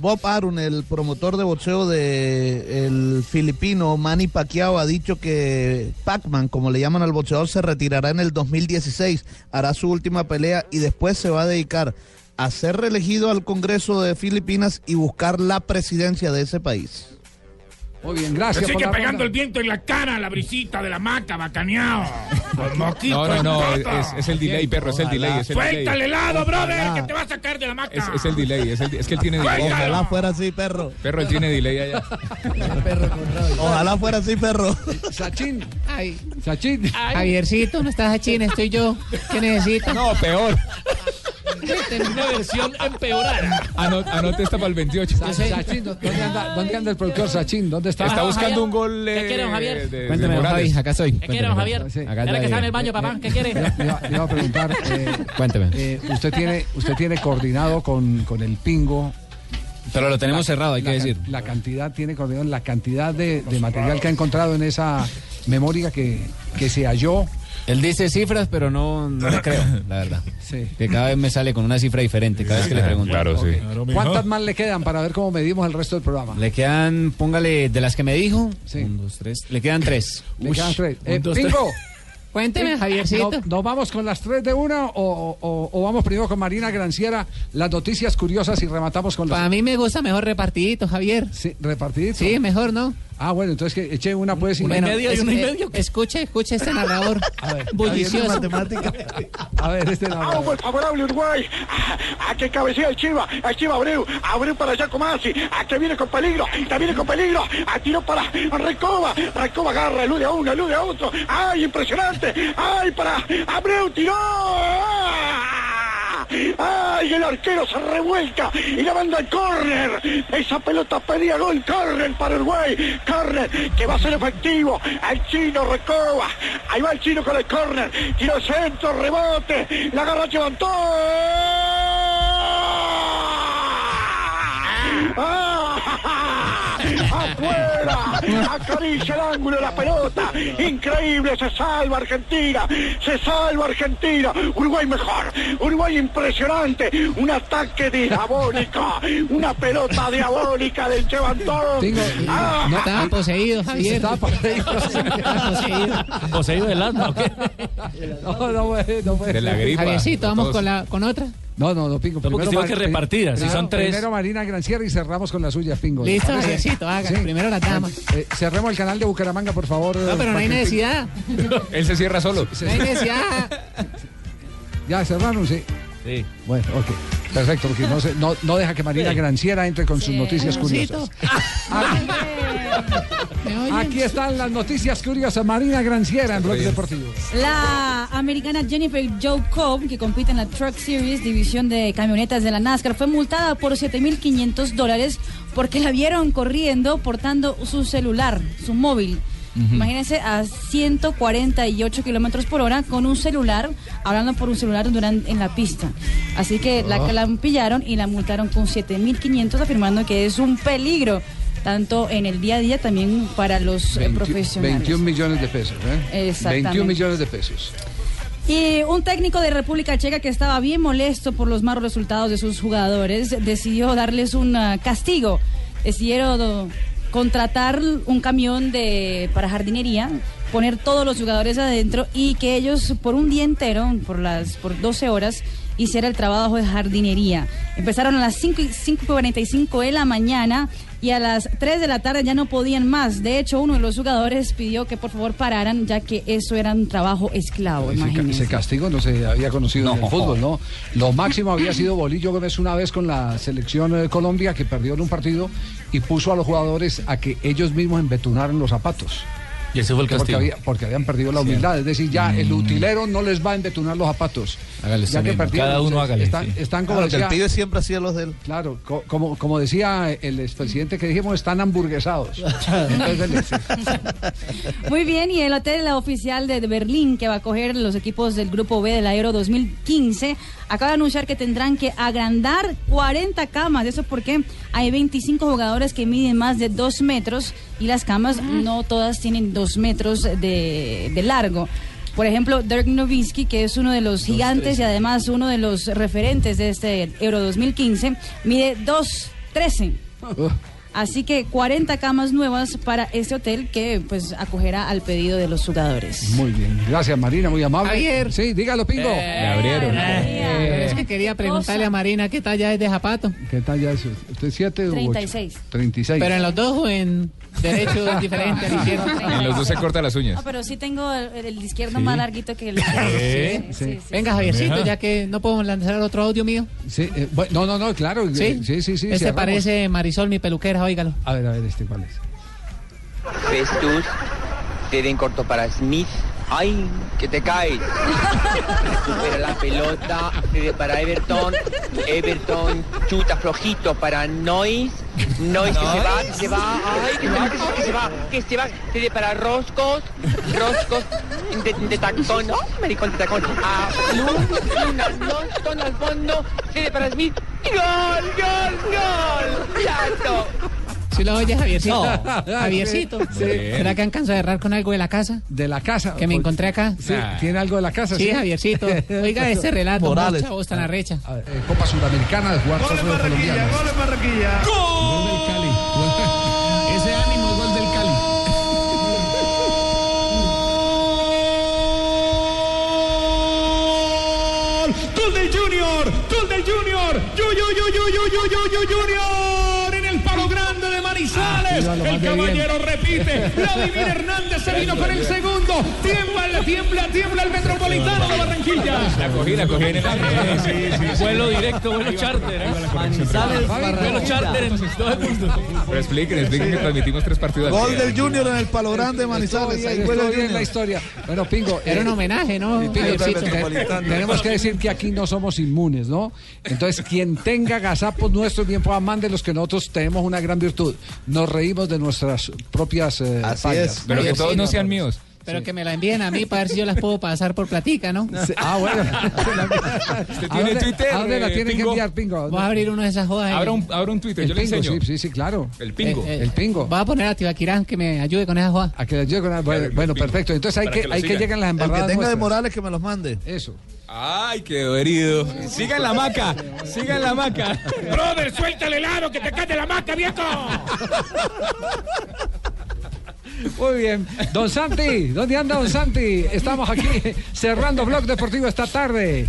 Bob Arum, el promotor de boxeo de el filipino Manny Pacquiao, ha dicho que Pacman, como le llaman al boxeador, se retirará en el 2016, hará su última pelea y después se va a dedicar a ser reelegido al Congreso de Filipinas y buscar la presidencia de ese país.
Muy bien,
gracias
Me
por
sigue
la
pegando
ronda.
el viento en la cara, la brisita de la maca, bacaneado. Los
No,
mosquitos.
no, no,
papá.
es, es el delay, perro, es el delay. Es el
Suelta el
delay.
helado, brother, que te va a sacar de la maca.
Es, es el delay, es, el- es que él tiene delay.
Ojalá fuera así, perro.
Perro, él tiene delay allá.
Ojalá fuera así, perro.
Sachin.
Ay.
Sachin.
Javiercito, no estás Sachin, estoy yo. ¿Qué necesitas?
No, peor.
Una versión empeorada.
Ano- anote esta para el 28.
Sa- Sachin, ¿dó- ¿dónde anda, dónde anda el productor Sachin? ¿Dónde está?
Está buscando un gol.
¿Qué quiere, don Javier?
eh, de- de
Cuénteme, don
Morales.
Javi, acá soy. ¿Qué
quiere, don Javier?
Acá
Era que
está
estaba en
bien.
el baño, papá. ¿Qué
Le
quiere?
iba le iba a preguntar. eh,
Cuénteme.
eh, usted, tiene, usted tiene coordinado con, con el pingo.
Pero lo tenemos
la-
cerrado, hay que
la can-
decir.
La cantidad, tiene coordinado la cantidad de, de material que ha encontrado en esa memoria que, que se halló.
Él dice cifras, pero no, no le creo, la verdad.
Sí.
Que cada vez me sale con una cifra diferente,
Ah,
cada vez que le pregunto. Claro, sí.
¿Cuántas más le quedan para ver cómo medimos el resto del programa?
Le quedan, póngale, de las que me dijo, un, dos, tres, le quedan tres.
Le
Ush,
quedan tres.
un,
Eh,
dos,
Pingo.
tres.
Cuénteme,
Pin-
Javiercito.
¿no- ¿Nos vamos con las tres de una o, o- o vamos primero con Marina Granciera, las noticias curiosas y rematamos con las...
Para mí me gusta mejor repartidito, Javier.
Sí, repartidito.
Sí, mejor, ¿no?
Ah, bueno, entonces que eché una pues
Bueno, es- eh, Escuche, escuche este narrador.
A ver,
bullicioso.
A ver, este
Ah, un gol favorable Uruguay. Ah, A que cabecea el Chiva. El Chiva Abreu. Abreu para Giacomazzi. A ah, que viene con peligro. También con peligro. A tiro para Recoba. Recoba agarra. Elude a uno, elude a otro. ¡Ay, impresionante! ¡Ay, para Abreu! ¡Tiró! ¡Ay, el arquero se revuelca! Y la banda al córner. Esa pelota pedía gol. Córner para Uruguay. Córner que va a ser efectivo. Al chino Recoba. Ahí va el chino con el córner. Tiro al centro, rebote. La garra levantó. ¡Ah! ¡Afuera! Acaricia el ángulo de la pelota. Increíble, se salva Argentina. Se salva Argentina. Uruguay mejor. Uruguay impresionante. Un ataque diabólico. Una pelota diabólica del Chevantón. ¡Ah!
No estaba poseído, Javier. Estaba poseído.
Poseído del alma. ¿o qué?
No, no, puede- no puede
De la
ser.
gripa.
Javiercito, vamos con, la, con otra.
No, no, no, Pingo.
No, porque tengo
Mar-
que repartidas, si
Claro,
son tres.
Primero Marina Gran Sierra y cerramos con la suya, Pingo.
Listo,
¿Le parece?
Javiercito, haga. Primero las damas.
Eh, cerremos el canal de Bucaramanga, por favor.
No, Ah, pero no hay necesidad.
Él se cierra solo.
No hay necesidad.
Ya cerraron, sí.
Sí.
Bueno, ok. Perfecto, porque no, se- no, no deja que Marina
Sí.
Granciera entre con sus noticias
Javiercito.
curiosas. Aquí están las noticias curiosas. Marina Granciera en Blog Deportivo.
La americana Jennifer Joe Cobb, que compite en la Truck Series, división de camionetas de la NASCAR, fue multada por 7.500 dólares porque la vieron corriendo portando su celular, su móvil.
Ujú.
Imagínense a 148 kilómetros por hora con un celular, hablando por un celular durante, en la pista. Así que la,
Ah.
la pillaron y la multaron con 7.500, afirmando que es un peligro, tanto en el día a día, también para los eh,
20
profesionales.
21 millones de pesos, ¿eh?
Exactamente.
21 millones de pesos.
Y un técnico de República Checa que estaba bien molesto por los malos resultados de sus jugadores decidió darles un ah, castigo. Decidieron do- contratar un camión de para jardinería, poner todos los jugadores adentro y que ellos por un día entero, por las por 12 horas hiciera el trabajo de jardinería. Empezaron a las 5 y 5.45 de la mañana y a las 3 de la tarde ya no podían más. De hecho, uno de los jugadores pidió que por favor pararan, ya que eso era un trabajo esclavo,
Ese ca-
imagínense.
Ese castigo no se había conocido en el fútbol, ¿no? Lo máximo había sido Bolillo Gómez una vez con la selección de Colombia que perdió en un partido y puso a los jugadores a que ellos mismos embetunaran los zapatos.
Y ese fue el
Porque,
castigo.
había- porque habían perdido la humildad, es decir, ya el utilero no les va a embetunar los zapatos.
Mm. Hágale usted
ya que
mismo,
perdieron,
cada uno
entonces,
hágale,
Están,
sí.
están como
Claro, que el
decía,
pibe
siempre hacía los de él. Claro, co- como, como decía el expresidente que dijimos, están hamburguesados. Entonces, les-
Muy bien, y el hotel oficial de Berlín, que va a acoger los equipos del Grupo B del Aero 2015, acaba de anunciar que tendrán que agrandar 40 camas. Eso porque hay 25 jugadores que miden más de 2 metros y las camas no todas tienen 2 metros de, de largo. Por ejemplo, Dirk Nowitzki, que es uno de los gigantes y además uno de los referentes de este Euro 2015, mide 2.13. Así que 40 camas nuevas para este hotel que pues acogerá al pedido de los jugadores.
Muy bien, gracias Marina, muy amable. Sí, dígalo, Pingo.
Eh, abrieron. Pero
Eh,
es que quería preguntarle a Marina qué talla es de zapato.
¿Qué talla es? ¿Usted es 7 u
36.
36.
Pero en los dos o en derecho es diferente al izquierdo.
En los dos se corta las uñas.
Ah, pero sí tengo el, el izquierdo
Sí.
más larguito que el
¿Eh?
izquierdo.
Sí.
Venga, Javiercito,
Ajá.
ya que no podemos lanzar otro audio mío.
Sí, eh, bueno, no, no, no, claro. eh,
¿Sí?
Sí, sí, sí.
Este
cerramos.
parece Marisol, mi peluquera, óigalo.
A ver, a ver, este cuál es.
Festus, te den corto para Smith. ¡Ay, que te caes! Recupera la pelota eh, para Everton. Everton chuta flojito para Nois. Nois que se va, que se va. ¡Ay, que se va, que se va, que se va! Que se va, te de para Roscos. Roscos de, de tacón. ¡Oh, maricón de tacón! A Blum, Luna, Lonston al fondo. Se de para Smith. ¡Gol, gol, gol! ¡Chato!
Si lo oyes, Javiercito.
No.
Javiercito.
Sí.
¿Será que han cansado de errar con algo de la casa?
De la casa.
Que me encontré acá.
Sí, tiene algo de la casa.
Sí, Javiercito. Oiga ese relato.
Morales.
Mucha voz tan arrecha.
A ver, eh, Copa Sudamericana de jugar cuatro colombianos.
en Barranquilla.
Gol del Cali.
Ese ánimo es gol del Cali.
¡Gol! ¡Gol del Junior! ¡Gol del Junior! ¡Yo, yo, yo, yo, yo, yo, yo, yo, Junior! En el paro grande de Manizales. vez. El caballero repite. Vladimir Hernández se vino con el segundo. Tiembla, tiembla, tiembla el metropolitano de Barranquilla.
La cogí, la cogí en el aire.
Vuelo directo, vuelo charter. ¿eh? Vuelo charter en todo el mundo.
Pero expliquen, expliquen que transmitimos tres partidos. al
Gol
día.
del Junior en el Palo Grande de Manizales. Ahí fue el
Estoy en
Junior.
la historia. Bueno, Pingo. eh,
Era un homenaje, ¿no?
Pingo,
Ay,
te-
Pingo.
te- tenemos que decir que aquí no somos inmunes, ¿no? Entonces, quien tenga gazapos nuestros, bien pueda mande los que nosotros tenemos una gran virtud. Nos reímos de nuestras propias eh, fallas.
Pero que todos no sean míos.
Pero que me la envíen a mí para ver si yo las puedo pasar por platica, ¿no?
Ah, bueno. ¿A
tiene
dónde-
Twitter,
¿A dónde la
eh,
tienen que
Pingo?
enviar, Pingo?
Voy a abrir uno de esas jodas.
Abra un, abra un Twitter,
El
yo le
Pingo,
enseño.
sí, sí, sí, claro. Eh,
El Pingo.
El Pingo.
Eh, Voy a poner a Tibaquirán que me ayude con esa joda.
A que le ayude con la- Bueno, bueno, perfecto. Entonces hay
Para
que,
que lo
hay que
sigan.
lleguen las
El que
embarradas.
tenga de
nuestras.
Morales que me los mande.
Eso.
Ay, quedó herido. Sigan la maca, sigan la maca.
Brother, suéltale el aro que te cate la maca, viejo.
Muy bien. Don Santi, ¿dónde anda Don Santi? Estamos aquí cerrando Blog Deportivo esta tarde.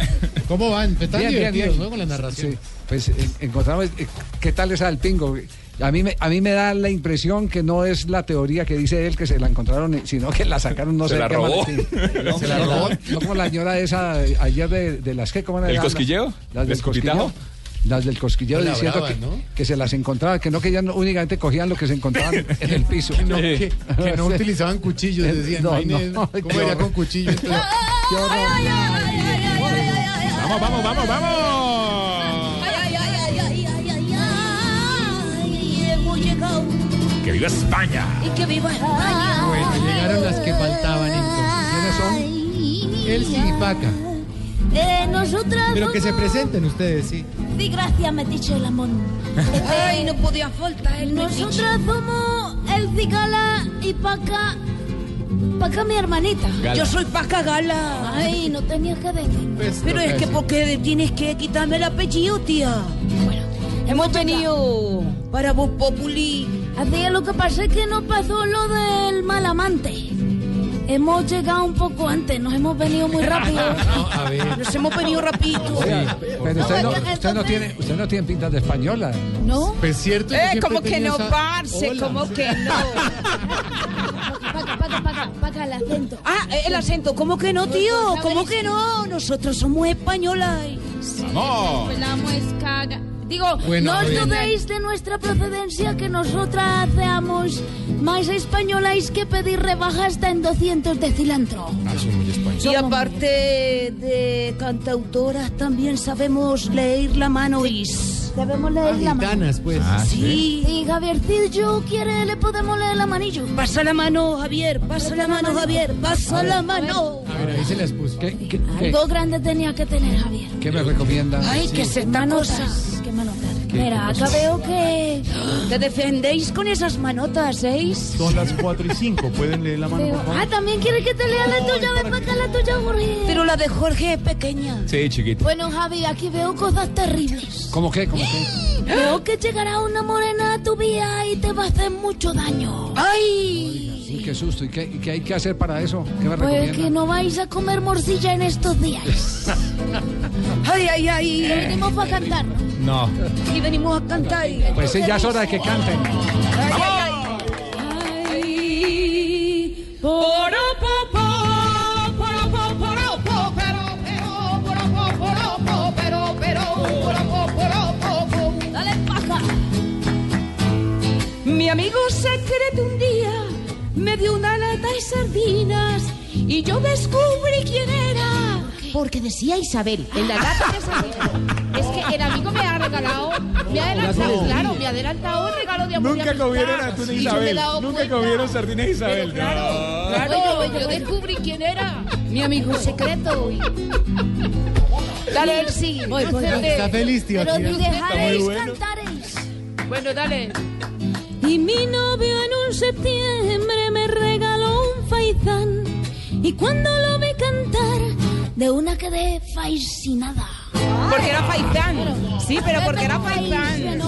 ¿Cómo van?
Bien,
Están
bien,
divertidos,
bien.
¿no? Con la narración.
Sí, pues eh, encontramos, eh, ¿qué tal esa del pingo? A mí, me, a mí me da la impresión que no es la teoría que dice él que se la encontraron, eh, sino que la sacaron no
Se
sé
la
de qué
robó.
maletín.
No,
Se la robó. No como la señora esa eh, ayer de, de las que, ¿cómo era?
¿El
Las-
cosquilleo?
Las
¿El
del
escupitajo?
cosquilleo. Las del cosquilleo
Con la
diciendo
brava,
que,
¿no?
que se las encontraban, que no que ya no- únicamente cogían lo que se encontraban en el piso.
No, que, que no
Sí. Eh,
utilizaban cuchillos, decían.
No,
imagínese,
no.
¿Cómo era con cuchillo? Entonces,
Vamos, vamos, vamos, vamos. Que viva España.
bueno, llegaron las que faltaban entonces. ¿Quiénes son? El Paca.
De nosotras
Pero que se
vamos.
presenten ustedes, sí.
Di gracias, metiche el amor. Ay, no podía faltar el Nosotras somos el Cigala y Paca. Paca, mi hermanita.
Gala. Yo soy
Paca Gala. Ay, no tenías que decir.
Pero es que porque tienes que quitarme el apellido, tía. Bueno, hemos venido para vos Populi.
Así es, lo que pasa es que no pasó lo del mal amante. Hemos llegado un poco antes, nos hemos venido muy rápido.
Nos hemos venido rapidito.
Oiga, Pero usted no, usted no tiene, usted no tiene pinta de española.
¿No?
Pues cierto.
Eh, como que no, parce, como que no.
Paca, paca, paca, paca, el acento.
Ah, eh, el acento, ¿cómo que no, tío? ¿Cómo que no? Nosotros somos españolas.
Vamos. Digo,
Bueno,
no os
bien.
dudéis de nuestra procedencia que nosotras seamos más españolas que pedir rebaja hasta en 200 de cilantro.
Y aparte de cantautoras, también sabemos leer la mano is.
Sabemos leer la
Ah,
mano.
Gitanas, pues.
Ah, Sí.
Y Javiercillo quiere, le podemos leer el amarillo.
Pasa la mano, Javier, pasa la mano, Javier, pasa la mano.
A ver, ahí se las puso.
¿Qué,
Algo grande tenía que tener, Javier.
qué me recomienda?
Ay, que se está
Manotas, que manotas.
¿Qué?
Mira,
¿Qué
acá
pasó?
veo que...
Te defendéis con esas manotas, ¿eh?
Son las 4 y 5. ¿Pueden leer la mano,
veo-
por favor?
Ah, también quiere que te lea la tuya, ven para acá la tuya, Jorge.
Pero la de Jorge es pequeña.
Sí, chiquito.
Bueno, Javi, aquí veo cosas terribles.
¿Cómo qué? ¿Cómo qué?
Veo que llegará una morena a tu vida y te va a hacer mucho daño. ¡Ay!
Sí, qué susto. ¿Y qué, y qué hay que hacer para eso? ¿Qué me
Pues que
recomienda?
no vais a comer morcilla en estos días.
Ay, ay, ay.
Que venimos para cantar.
No.
Y venimos a cantar.
Pues sí, ya es hora de que canten.
Dale paja. Mi amigo secreto un día me dio una lata de sardinas y yo descubrí quién era.
Porque decía Isabel, en la lata de Isabel, es que el amigo me ha regalado, me ha adelantado,
No.
claro, me ha adelantado un regalo de amor. y
Nunca
amistad.
comieron atún
Y yo me he
Isabel.
dado
Nunca
cuenta.
comieron sardinas Isabel. No.
Claro, yo, yo descubrí quién era mi amigo secreto. y- Dale, él sí.
voy, voy. Está feliz, tío,
Pero
aquí.
ni
Está muy
dejaréis
bueno.
cantaréis.
Bueno, dale.
Y mi novio en un septiembre me regaló un faizán. Y cuando lo vi cantar, de una quedé fascinada.
Porque era Faitán. Sí, pero porque era Faitán.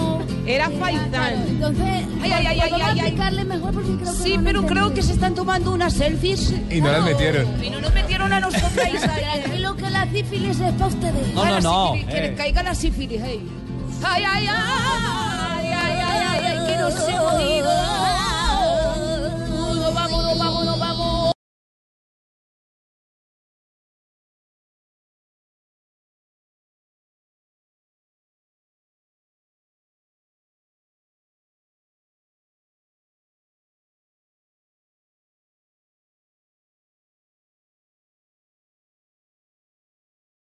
Era Faitán.
Entonces,
Ay, ay, ay, ay,
puedo
ay, ay.
explicarle mejor porque creo que
Sí,
no lo
pero creo
entendí.
que se están tomando unas selfies.
Y no las metieron.
Y no nos metieron a nosotras, Isabel.
Tranquilo que la sífilis es para ustedes.
Eh.
No, no, no.
Que les caiga la sífilis, hey. Ay, ay, ay, ay, ay, ay, ay, vaya que no se motiva.